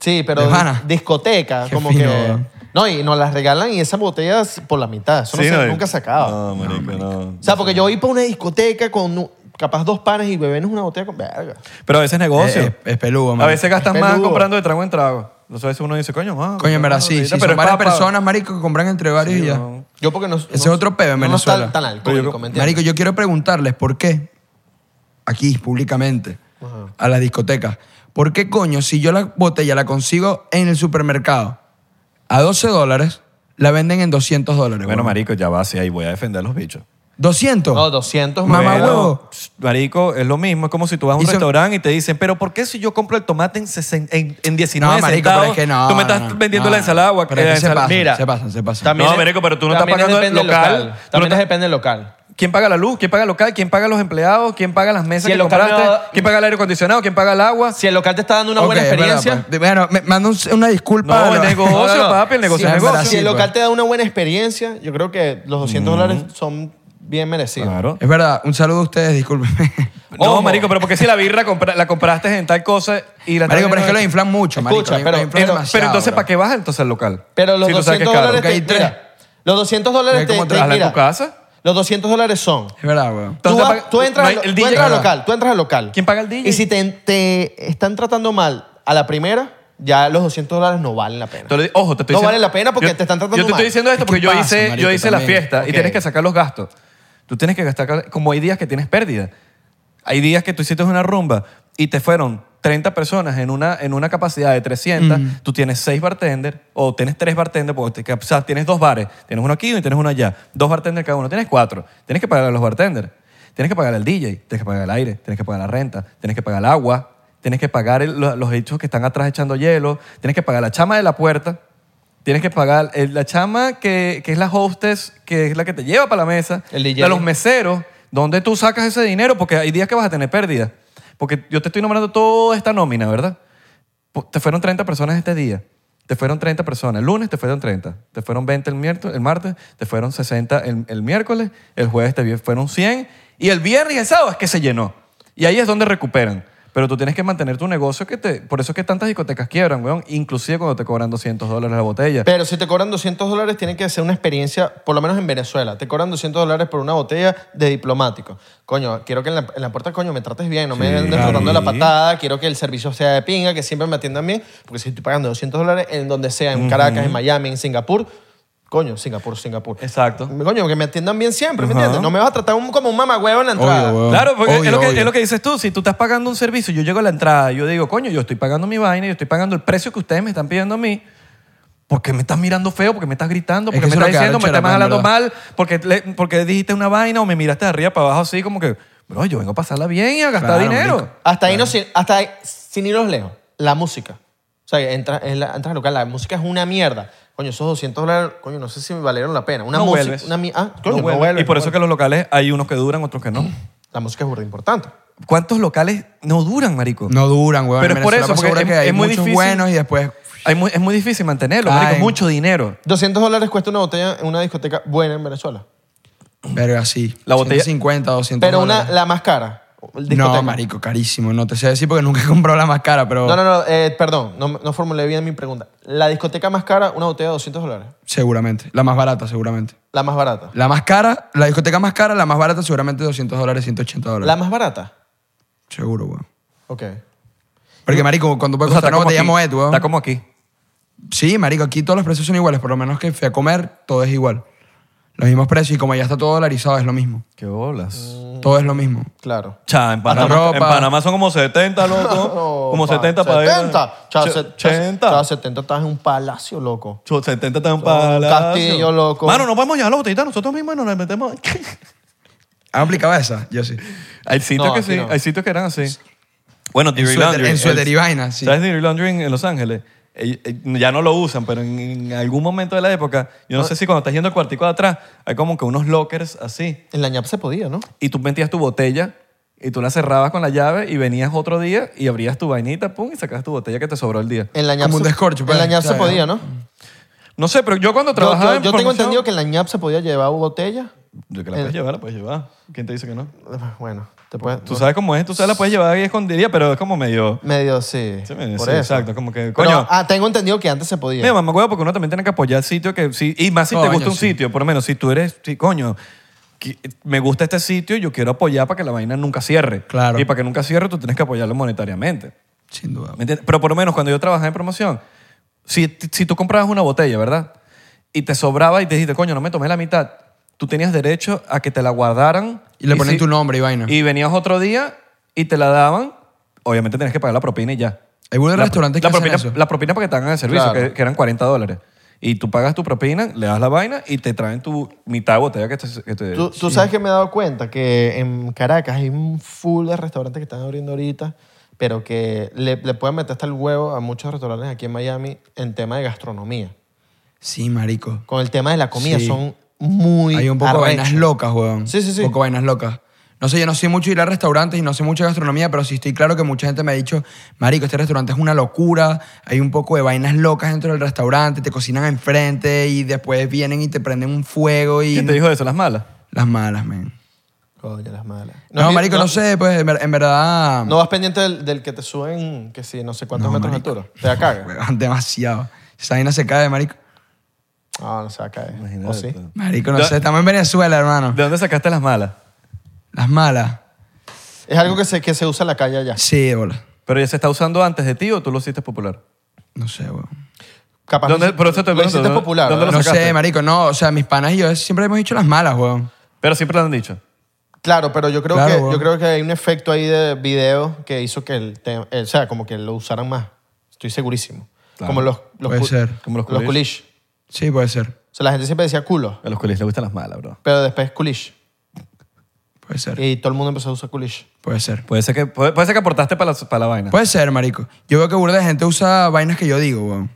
Sí, pero
De
dis-
pana.
discoteca,
Qué
como
fino, eh.
que.
weón.
No, y nos las regalan y esas botellas por la mitad. Eso no
Sí,
se-
no,
nunca se acaba.
No, marico, no.
O sea, porque yo voy para una discoteca con nu- capaz dos panes y bebernos una botella con verga.
Pero a veces negocio.
Es, es- es peludo,
a
marico.
veces gastas
es
más
peludo.
comprando de trago en trago. Entonces a veces uno dice, coño, más.
Coño, en verdad, sí. sí, son varias personas, marico, que compran entre varios y ya.
Yo porque no.
Ese es otro peo en
no está
Venezuela.
tan alcohólico,
Pero yo-
¿me entiendes?
Marico, yo quiero preguntarles por qué, aquí públicamente,
Ajá.
a las discotecas, ¿por qué coño si yo la botella la consigo en el supermercado a 12 dólares, la venden en 200 dólares?
Bueno,
weón?
marico, ya va, sí, ahí voy a defender a los bichos.
¿200?
No, 200.
Mamá
marico.
huevo.
pss, Marico, es lo mismo. Es como si tú vas a un
Y son-
restaurante y te dicen, pero ¿por qué si yo compro el tomate en, sesen- en, en 19
No, marico, pero
centavos?
es que no.
tú me estás
no, no,
vendiendo
no,
la
no.
ensalada o
Pero es que se
ensalada.
pasan,
Mira,
se pasan, se pasan.
También- No, marico, pero tú no estás
también es
pagando el
depende del
local. Tú no
También
estás-
es depende del local.
¿Quién paga la luz? ¿Quién paga el local? ¿Quién paga los empleados? ¿Quién paga las mesas
Si el
que
local me
compraste?
va a-
¿Quién paga el aire acondicionado? ¿Quién paga el agua?
Si el local te está dando una
Ok,
buena
es verdad,
experiencia.
pa. Bueno, me mando un- una disculpa.
No,
a
el
los-
negocio,
No, no, no.
papi, el negocio
Sí,
es
es verdad,
negocio.
si el
sí,
local
pues.
te da una buena experiencia, yo creo que los 200 dólares son bien merecidos.
Mm. Claro.
Es verdad, un saludo a ustedes, discúlpenme.
No,
Ojo.
marico, pero porque si la birra compra- la compraste en tal cosa y
Marico,
la estás
pero es que
viendo
lo
en-
inflan mucho, marico.
Escucha,
lo
pero-
inflan
pero,
demasiado,
pero entonces,
bro.
¿para qué vas entonces al local?
Pero los
Si tú sabes
200
que es caro.
dólares.
Porque hay
te-
tres.
mira, los 200 dólares
Hay como
te-
tres.
te-
Hazla en
mira,
tu casa.
Los 200 dólares son.
Es verdad, weón.
Tú,
Entonces,
vas-
pa-
tú entras,
no
al-
hay- el
tú
DJ
entras al
paga.
local, tú entras al local.
¿Quién paga el DJ?
Y si te, te están tratando mal a la primera, ya los 200 dólares no valen la pena.
Te lo di- ojo, te estoy
No
diciendo-
vale la pena porque te están tratando
Yo te
mal.
estoy diciendo esto
Es que
porque yo
pasa,
hice, yo
marico,
hice la
también.
fiesta
Ok.
y tienes que sacar los gastos. Tú tienes que gastar, como hay días que tienes pérdida. Hay días que tú hiciste una rumba y te fueron 30 personas en una, en una capacidad de 300. Tú tienes 6 bartenders o tienes 3 bartenders, porque te- o sea, tienes dos bares. Tienes uno aquí y tienes uno allá. Dos bartenders cada uno. Tienes cuatro. Tienes que pagar a los bartenders. Tienes que pagar al DJ. Tienes que pagar el aire. Tienes que pagar la renta. Tienes que pagar el agua. Tienes que pagar el- lo- los hechos que están atrás echando hielo. Tienes que pagar la chama de la puerta. Tienes que pagar el- la chama que, que es la hostess, que es la que te lleva para la mesa.
El DJ.
A los meseros, ¿dónde tú sacas ese dinero? Porque hay días que vas a tener pérdidas. Porque yo te estoy nombrando toda esta nómina, ¿verdad? Po- Te fueron 30 personas este día. Te fueron 30 personas. El lunes te fueron 30. Te fueron 20 el, miércoles, el martes. Te fueron 60 el, el miércoles. El jueves te vi- fueron 100. Y el viernes y el sábado es que se llenó. Y ahí es donde recuperan. Pero tú tienes que mantener tu negocio que te... Por eso es que tantas discotecas quiebran, weón. Inclusive cuando te cobran 200 dólares la botella.
Pero si te cobran 200 dólares, tiene que ser una experiencia, por lo menos en Venezuela. Te cobran 200 dólares por una botella de diplomático. Coño, quiero que en la, en la puerta, coño, me trates bien, no me
Sí,
anden
claro.
tratando la patada, quiero que el servicio sea de pinga, que siempre me atiendan bien, porque si estoy pagando 200 dólares en donde sea, en Caracas, en Miami, en Singapur, coño, Singapur, Singapur.
Exacto.
Coño, que me atiendan bien siempre, ¿me
Ajá.
entiendes? No me vas a tratar un- como un mamagüevo en la entrada.
Obvio, weón.
Claro, porque
Obvio,
es, lo que,
obvio.
es lo que dices tú. Si tú estás pagando un servicio, yo llego a la entrada, yo digo, coño, yo estoy pagando mi vaina, yo estoy pagando el precio que ustedes me están pidiendo a mí. porque me estás mirando feo? porque me estás gritando?
Es que
porque me
eso es
estás
lo que
diciendo? ¿Me
arrecha,
estás
hermano,
hablando
¿verdad?
mal? porque le- porque dijiste una vaina o me miraste de arriba para abajo así como que, bro, yo vengo a pasarla bien y a gastar
Claro,
dinero?
marico.
Hasta ahí, no, sin- hasta ahí, sin irnos lejos, la música. O sea, entras en la- entras al local, la música es una mierda. Coño, esos 200 dólares, coño, no sé si me valieron la pena. Una
No
música,
vuelves.
una mi- ah,
No
coño, no
vuelve.
vuelves,
y por
no
eso que
vuelves.
los locales hay unos que duran, otros que no.
La música es burda importante.
¿Cuántos locales no duran, marico?
No duran, weón.
Pero
En
es por
Venezuela
eso,
pasa
porque
burda
es-
que hay
es muy
muchos
difícil.
buenos y después...
Hay muy- es muy difícil mantenerlo, marico.
Caen.
es Mucho dinero.
200 dólares cuesta una botella en una discoteca buena en Venezuela.
Pero así.
La botella-
150, 200
Pero una,
dólares.
la más cara. discoteca.
No, marico, carísimo. No te sé decir porque nunca he comprado la más cara, pero
No, no, no, eh, perdón, no, no formulé bien mi pregunta. La discoteca más cara, una botella de 200 dólares.
seguramente. La más barata, seguramente.
La más barata.
La más cara, la discoteca más cara, la más barata seguramente 200 dólares, 180 dólares.
La más barata.
Seguro, weón.
Ok.
Porque, marico, cuando puede
O sea,
costar
está
una
como
botella
aquí.
Moet, weón.
Está como aquí.
Sí, marico, aquí todos los precios son iguales. Por lo menos que fui a comer, todo es igual. Los mismos precios y como ya está todo dolarizado, es lo mismo.
Qué bolas.
Todo es lo mismo.
Claro.
Cha, en
Hasta
Panamá,
ropa.
en Panamá son como 70, loco.
No,
como
Oh, pa,
70 para ir.
70. Chao, se- chao,
80.
chao, 70 estás en un palacio, loco.
Chao, 70 está en
Chao,
palacio.
castillo, loco.
Mano, no podemos llevar la botellita nosotros mismos y nos la metemos.
¿Han aplicado esa? Yo sí.
hay sitios
No,
que
aquí
sí,
no.
hay sitios que eran así. Bueno, Dirty
suéter-
Laundry.
en
el-
suéter y vaina, sí.
¿Sabes Dirty Laundry en, en Los Ángeles? Eh, eh, ya no lo usan, pero en, en algún momento de la época, yo
Ah.
no sé si cuando estás yendo al cuartico de atrás, hay como que unos lockers así.
En la ñap se podía, ¿no?
y tú metías tu botella y tú la cerrabas con la llave y venías otro día y abrías tu vainita, pum, y sacabas tu botella que te sobró el día.
En la ñap
Como un
se-
descorche, pues,
En la ñap se
¿sabes?
podía, ¿no?
No sé, pero yo cuando
Yo,
trabajaba
yo-
en
yo tengo
promoción-
entendido que en la ñap se podía llevar botella.
Yo que la puedes llevar, la puedes llevar. ¿Quién te dice que no?
Bueno, te puedes...
Tú sabes cómo es, tú sabes la puedes llevar ahí escondida, pero es como medio...
Medio, sí.
Sí, medio-
por
sí,
eso.
exacto, como que,
Pero,
coño.
ah, tengo entendido que antes se podía.
Mira, me acuerdo porque uno también tiene que apoyar el sitio que... sí y más si te
Coño,
gusta un
sí.
sitio, por lo menos si tú eres... Sí, coño, que- me gusta este sitio, yo quiero apoyar para que la vaina nunca cierre.
Claro.
Y para que nunca cierre, tú tienes que apoyarlo monetariamente.
Sin duda.
¿Me entiendes? Pero por lo menos cuando yo trabajaba en promoción, si, si tú comprabas una botella, ¿verdad? Y te sobraba y te dijiste, coño, no me tomé la mitad, tú tenías derecho a que te la guardaran.
Y le ponen
si-
tu nombre y vaina.
Y venías otro día y te la daban. Obviamente tenías que pagar la propina y ya.
Hay buenos
La-
restaurantes que
la propina,
hacen eso.
La propina para que te hagan el servicio,
Claro.
que, que eran 40 dólares. Y tú pagas tu propina, le das la vaina y te traen tu mitad de botella que te... que te-
Tú, tú sabes que me he dado cuenta que en Caracas hay un full de restaurantes que están abriendo ahorita, pero que le, le pueden meter hasta el huevo a muchos restaurantes aquí en Miami en tema de gastronomía.
Sí, marico.
Con el tema de la comida
Sí.
son muy
Hay un poco de
arrechos.
vainas locas, weón.
Sí, sí, sí.
Un poco de vainas locas. No sé, yo no sé mucho ir a restaurantes y no sé mucho de gastronomía, pero sí estoy claro que mucha gente me ha dicho, marico, este restaurante es una locura, hay un poco de vainas locas dentro del restaurante, te cocinan enfrente y después vienen y te prenden un fuego y...
¿Quién te dijo eso? ¿Las malas?
Las malas, men.
Coño, las malas.
No, marico, no, sé, pues en, ver- en verdad...
No vas pendiente del, del que te suben, que sí, no sé cuántos
No,
metros
marico.
de altura. Te da caga.
weón, demasiado. Esa vaina se cae, marico.
No, no se va a caer.
Imagínate.
¿O sí?
Marico, no
Da-
sé, estamos en Venezuela, hermano.
¿De dónde sacaste las malas?
Las malas.
Es algo que se, que se usa en la calle allá.
Sí, hola.
¿Pero ya se está usando antes de ti o tú lo hiciste popular?
No sé, weón.
Capaz
¿Dónde-
lo hici-
por eso te
lo
pregunto,
hiciste
¿dónde-
popular.
dónde
¿verdad?
No
sacaste?
sé, marico, no. O sea, mis panas y yo siempre hemos dicho las malas, weón.
Pero siempre lo han dicho.
Claro, pero yo creo,
Claro,
que,
weón.
yo creo que hay un efecto ahí de video que hizo que el tema, eh, o sea, como que lo usaran más. Estoy segurísimo.
Claro.
Como los, los
Puede
cu-
ser.
Como los
los
culish.
culish.
Sí, puede ser.
O sea, la gente siempre decía culo,
A los colis les gustan las malas, bro.
pero después culish.
Puede ser.
Y todo el mundo empezó a usar culish.
Puede ser.
Puede ser que, puede, puede ser que aportaste para la, para la vaina.
Puede ser, marico. Yo veo que burda de gente usa vainas que yo digo, weón.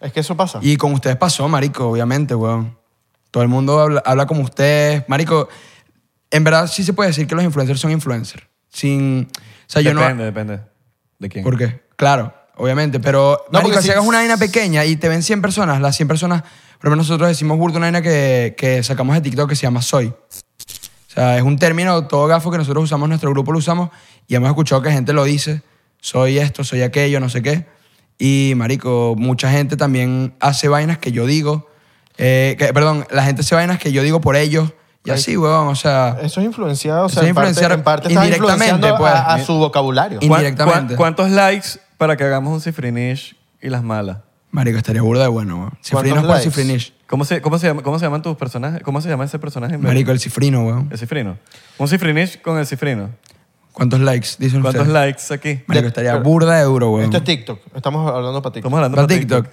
Es que eso pasa.
Y con ustedes pasó, marico, obviamente, weón. Todo el mundo habla, habla como ustedes. Marico, en verdad sí se puede decir que los influencers son influencers. Sin... O sea, yo no...
depende, depende. ¿De quién?
¿Por qué? Claro, obviamente, pero
No,
marico,
porque
si
si-
hagas una vaina pequeña y te ven 100 personas, las 100 personas, por lo menos nosotros decimos burda una vaina que, que sacamos de TikTok que se llama soy. O sea, es un término todo gafo que nosotros usamos, nuestro grupo lo usamos y hemos escuchado que gente lo dice, soy esto, soy aquello, no sé qué. Y marico, mucha gente también hace vainas que yo digo, eh, que- perdón, la gente hace vainas que yo digo por ellos y así, huevón, o sea,
Eso es influenciado, o sea,
Eso es
en, parte,
influenciar
en parte está
indirectamente,
influenciando a-
pues.
a, su vocabulario.
Y-
¿Cuán-
Indirectamente.
cuán- ¿Cuántos likes para que hagamos un cifrinish y las malas?
marico, estaría burda de bueno, weón. Cifrinos por
likes?
cifrinish.
¿Cómo se, cómo se, llama, ¿Cómo se llaman tus personajes? ¿Cómo se llama ese personaje? en verdad?
Marico, el cifrino, weón.
El cifrino. Un cifrinish con el cifrino.
¿Cuántos likes? Dicen
¿Cuántos
ustedes.
likes aquí?
Marico,
De-
estaría
pero-
burda de duro, weón.
Esto es TikTok. Estamos hablando para TikTok.
Estamos hablando
¿Para
por
TikTok?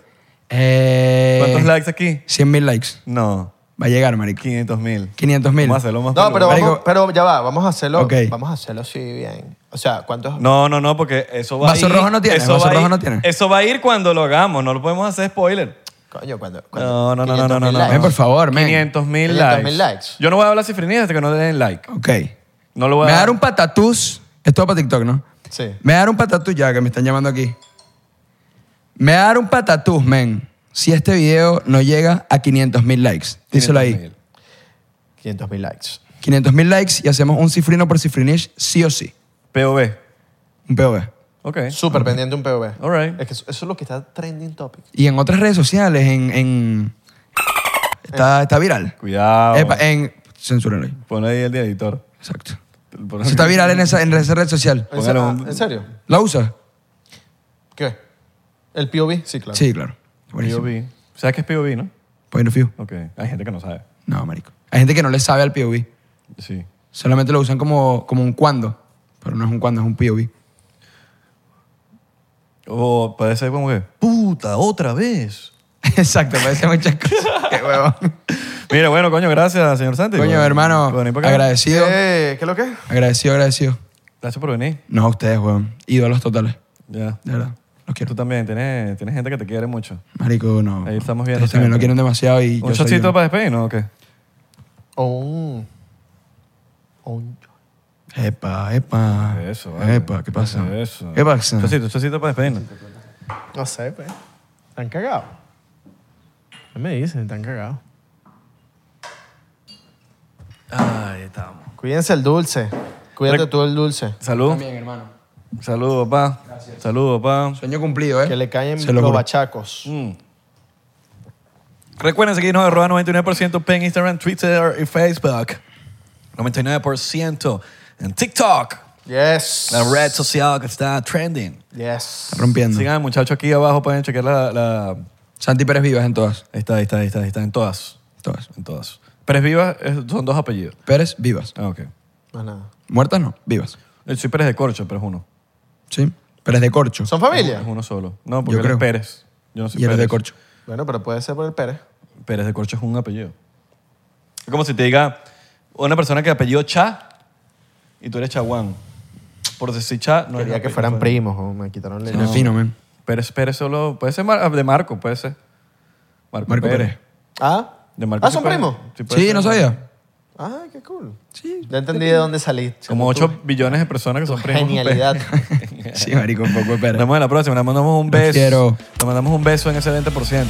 Eh,
¿Cuántos likes aquí?
100 mil likes.
No,
Va a llegar, marico.
500 mil.
500 mil.
Vamos a hacerlo más
No, pero,
peludo.
Marico-
vamos, pero ya va, vamos a hacerlo.
Ok.
Vamos a hacerlo así bien. O sea, ¿cuántos?
No, no, no, porque eso va
Vaso
a ir...
rojo no tiene,
eso
vaso
va a
rojo
ir-
no tiene.
Eso va a ir cuando lo hagamos, no lo podemos hacer spoiler.
Coño, cuando.
No, no, no, no, no, no, no.
Ven, por favor, men.
500 mil
500.000
likes.
likes.
Yo no voy a hablar cifrinish hasta que no le den like.
Ok.
No lo
Me
voy
va
a
a dar un patatús. Esto va para TikTok, ¿no?
Sí.
Me va a dar un patatús ya, que me están llamando aquí. Me va a dar un patatús, men. Si este video no llega a 500 mil likes. Díselo ahí.
500.000.
500 mil likes.
500 mil likes y hacemos un cifrino por cifrinish sí o sí.
POV.
Un POV.
Ok.
Súper pendiente un PV.
All right.
Es que eso, eso es lo que está trending topic.
Y en otras redes sociales, en... en- Está, está viral.
Eh. Cuidado.
Epa, eh. en... Censúrenlo ahí.
Pon ahí el de editor.
Exacto.
Pon-
Eso está viral en esa, en esa red social.
¿En,
Póngalo
se-
un-
ah, ¿en serio?
¿La usa?
¿Qué? ¿El POV? Sí, claro.
Sí, claro. Buenísimo.
POV. ¿Sabes qué es POV, no?
Point of view.
Ok. Hay gente que no sabe.
No, marico. Hay gente que no le sabe al POV.
Sí.
Solamente lo usan como, como un cuando. Pero no es un cuando, es un POV.
O puede ser como que, puta, otra vez.
Exacto, parece muchas cosas. Qué huevón.
Mira, bueno, coño, gracias, señor Santi.
Coño,
Por-
hermano,
por venir para acá.
agradecido.
Eh, ¿Qué es lo que?
Agradecido, agradecido.
Gracias por venir.
No a ustedes, huevón. Ídolos totales.
Ya.
De verdad. Los quiero.
Tú también, tienes, tienes gente que te quiere mucho.
Marico, no.
Ahí estamos viendo
Ustedes también
siempre.
lo quieren demasiado y
¿Un
yo soy
chocito
yo.
para despedirnos o qué?
O un. O un.
Epa, epa.
Eso, vale.
Epa, ¿qué pasa?
Eso.
¿Qué pasa?
Chocito, chocito para despedirnos.
No sé, pues. Están cagados. ¿Qué me dicen? Están cagados.
Ahí estamos.
Cuídense el dulce. Cuídate
Rec-
tú el dulce.
Salud.
También, hermano.
Salud, papá. Salud, papá.
Sueño cumplido, ¿eh?
Que le caen
Se
los
juro.
bachacos.
Mm. Recuerden seguirnos en 99% en Instagram, Twitter y Facebook. 99% en TikTok,
Yes.
la red social que está trending.
Yes.
Rompiendo.
Sigan, muchachos, aquí abajo pueden chequear la, la-
Santi Pérez Vivas en todas.
Ahí está, ahí está, ahí está, ahí está, en todas.
Todas.
En todas. Pérez Vivas es- son dos apellidos.
Pérez Vivas.
Ah, ok.
Más nada.
Muertas no, vivas.
Yo soy Pérez de Corcho, pero es uno.
¿Sí? Pérez de Corcho.
¿Son
Es
familia?
uno solo. No, porque
Yo
él es
creo.
Pérez. Yo no soy
y eres
Pérez.
de Corcho.
Bueno, pero puede ser por el Pérez.
Pérez de Corcho es un apellido. Es como si te diga una persona que apellido Cha y tú eres Chaguán. Por decir Cha, no es
Quería que
apellido,
fueran
pero-
primos. o Me quitaron
Sí,
el.
no es fino, man.
Pérez, Pérez solo. Puede ser Mar- de Marco, puede ser. Marco,
Marco
Pérez.
Pérez.
¿Ah?
De Marco
ah,
sí
son
puede-
primos.
puede
Sí,
ser.
no sabía.
Ah, qué cool.
Sí.
Ya entendí de dónde salí.
Como 8 billones de personas que son primos. pues.
Genialidad.
Sí, marico, un poco de
Nos
Pérez.
vemos en la próxima. Le mandamos un beso.
quiero.
Le mandamos un beso en ese 20%.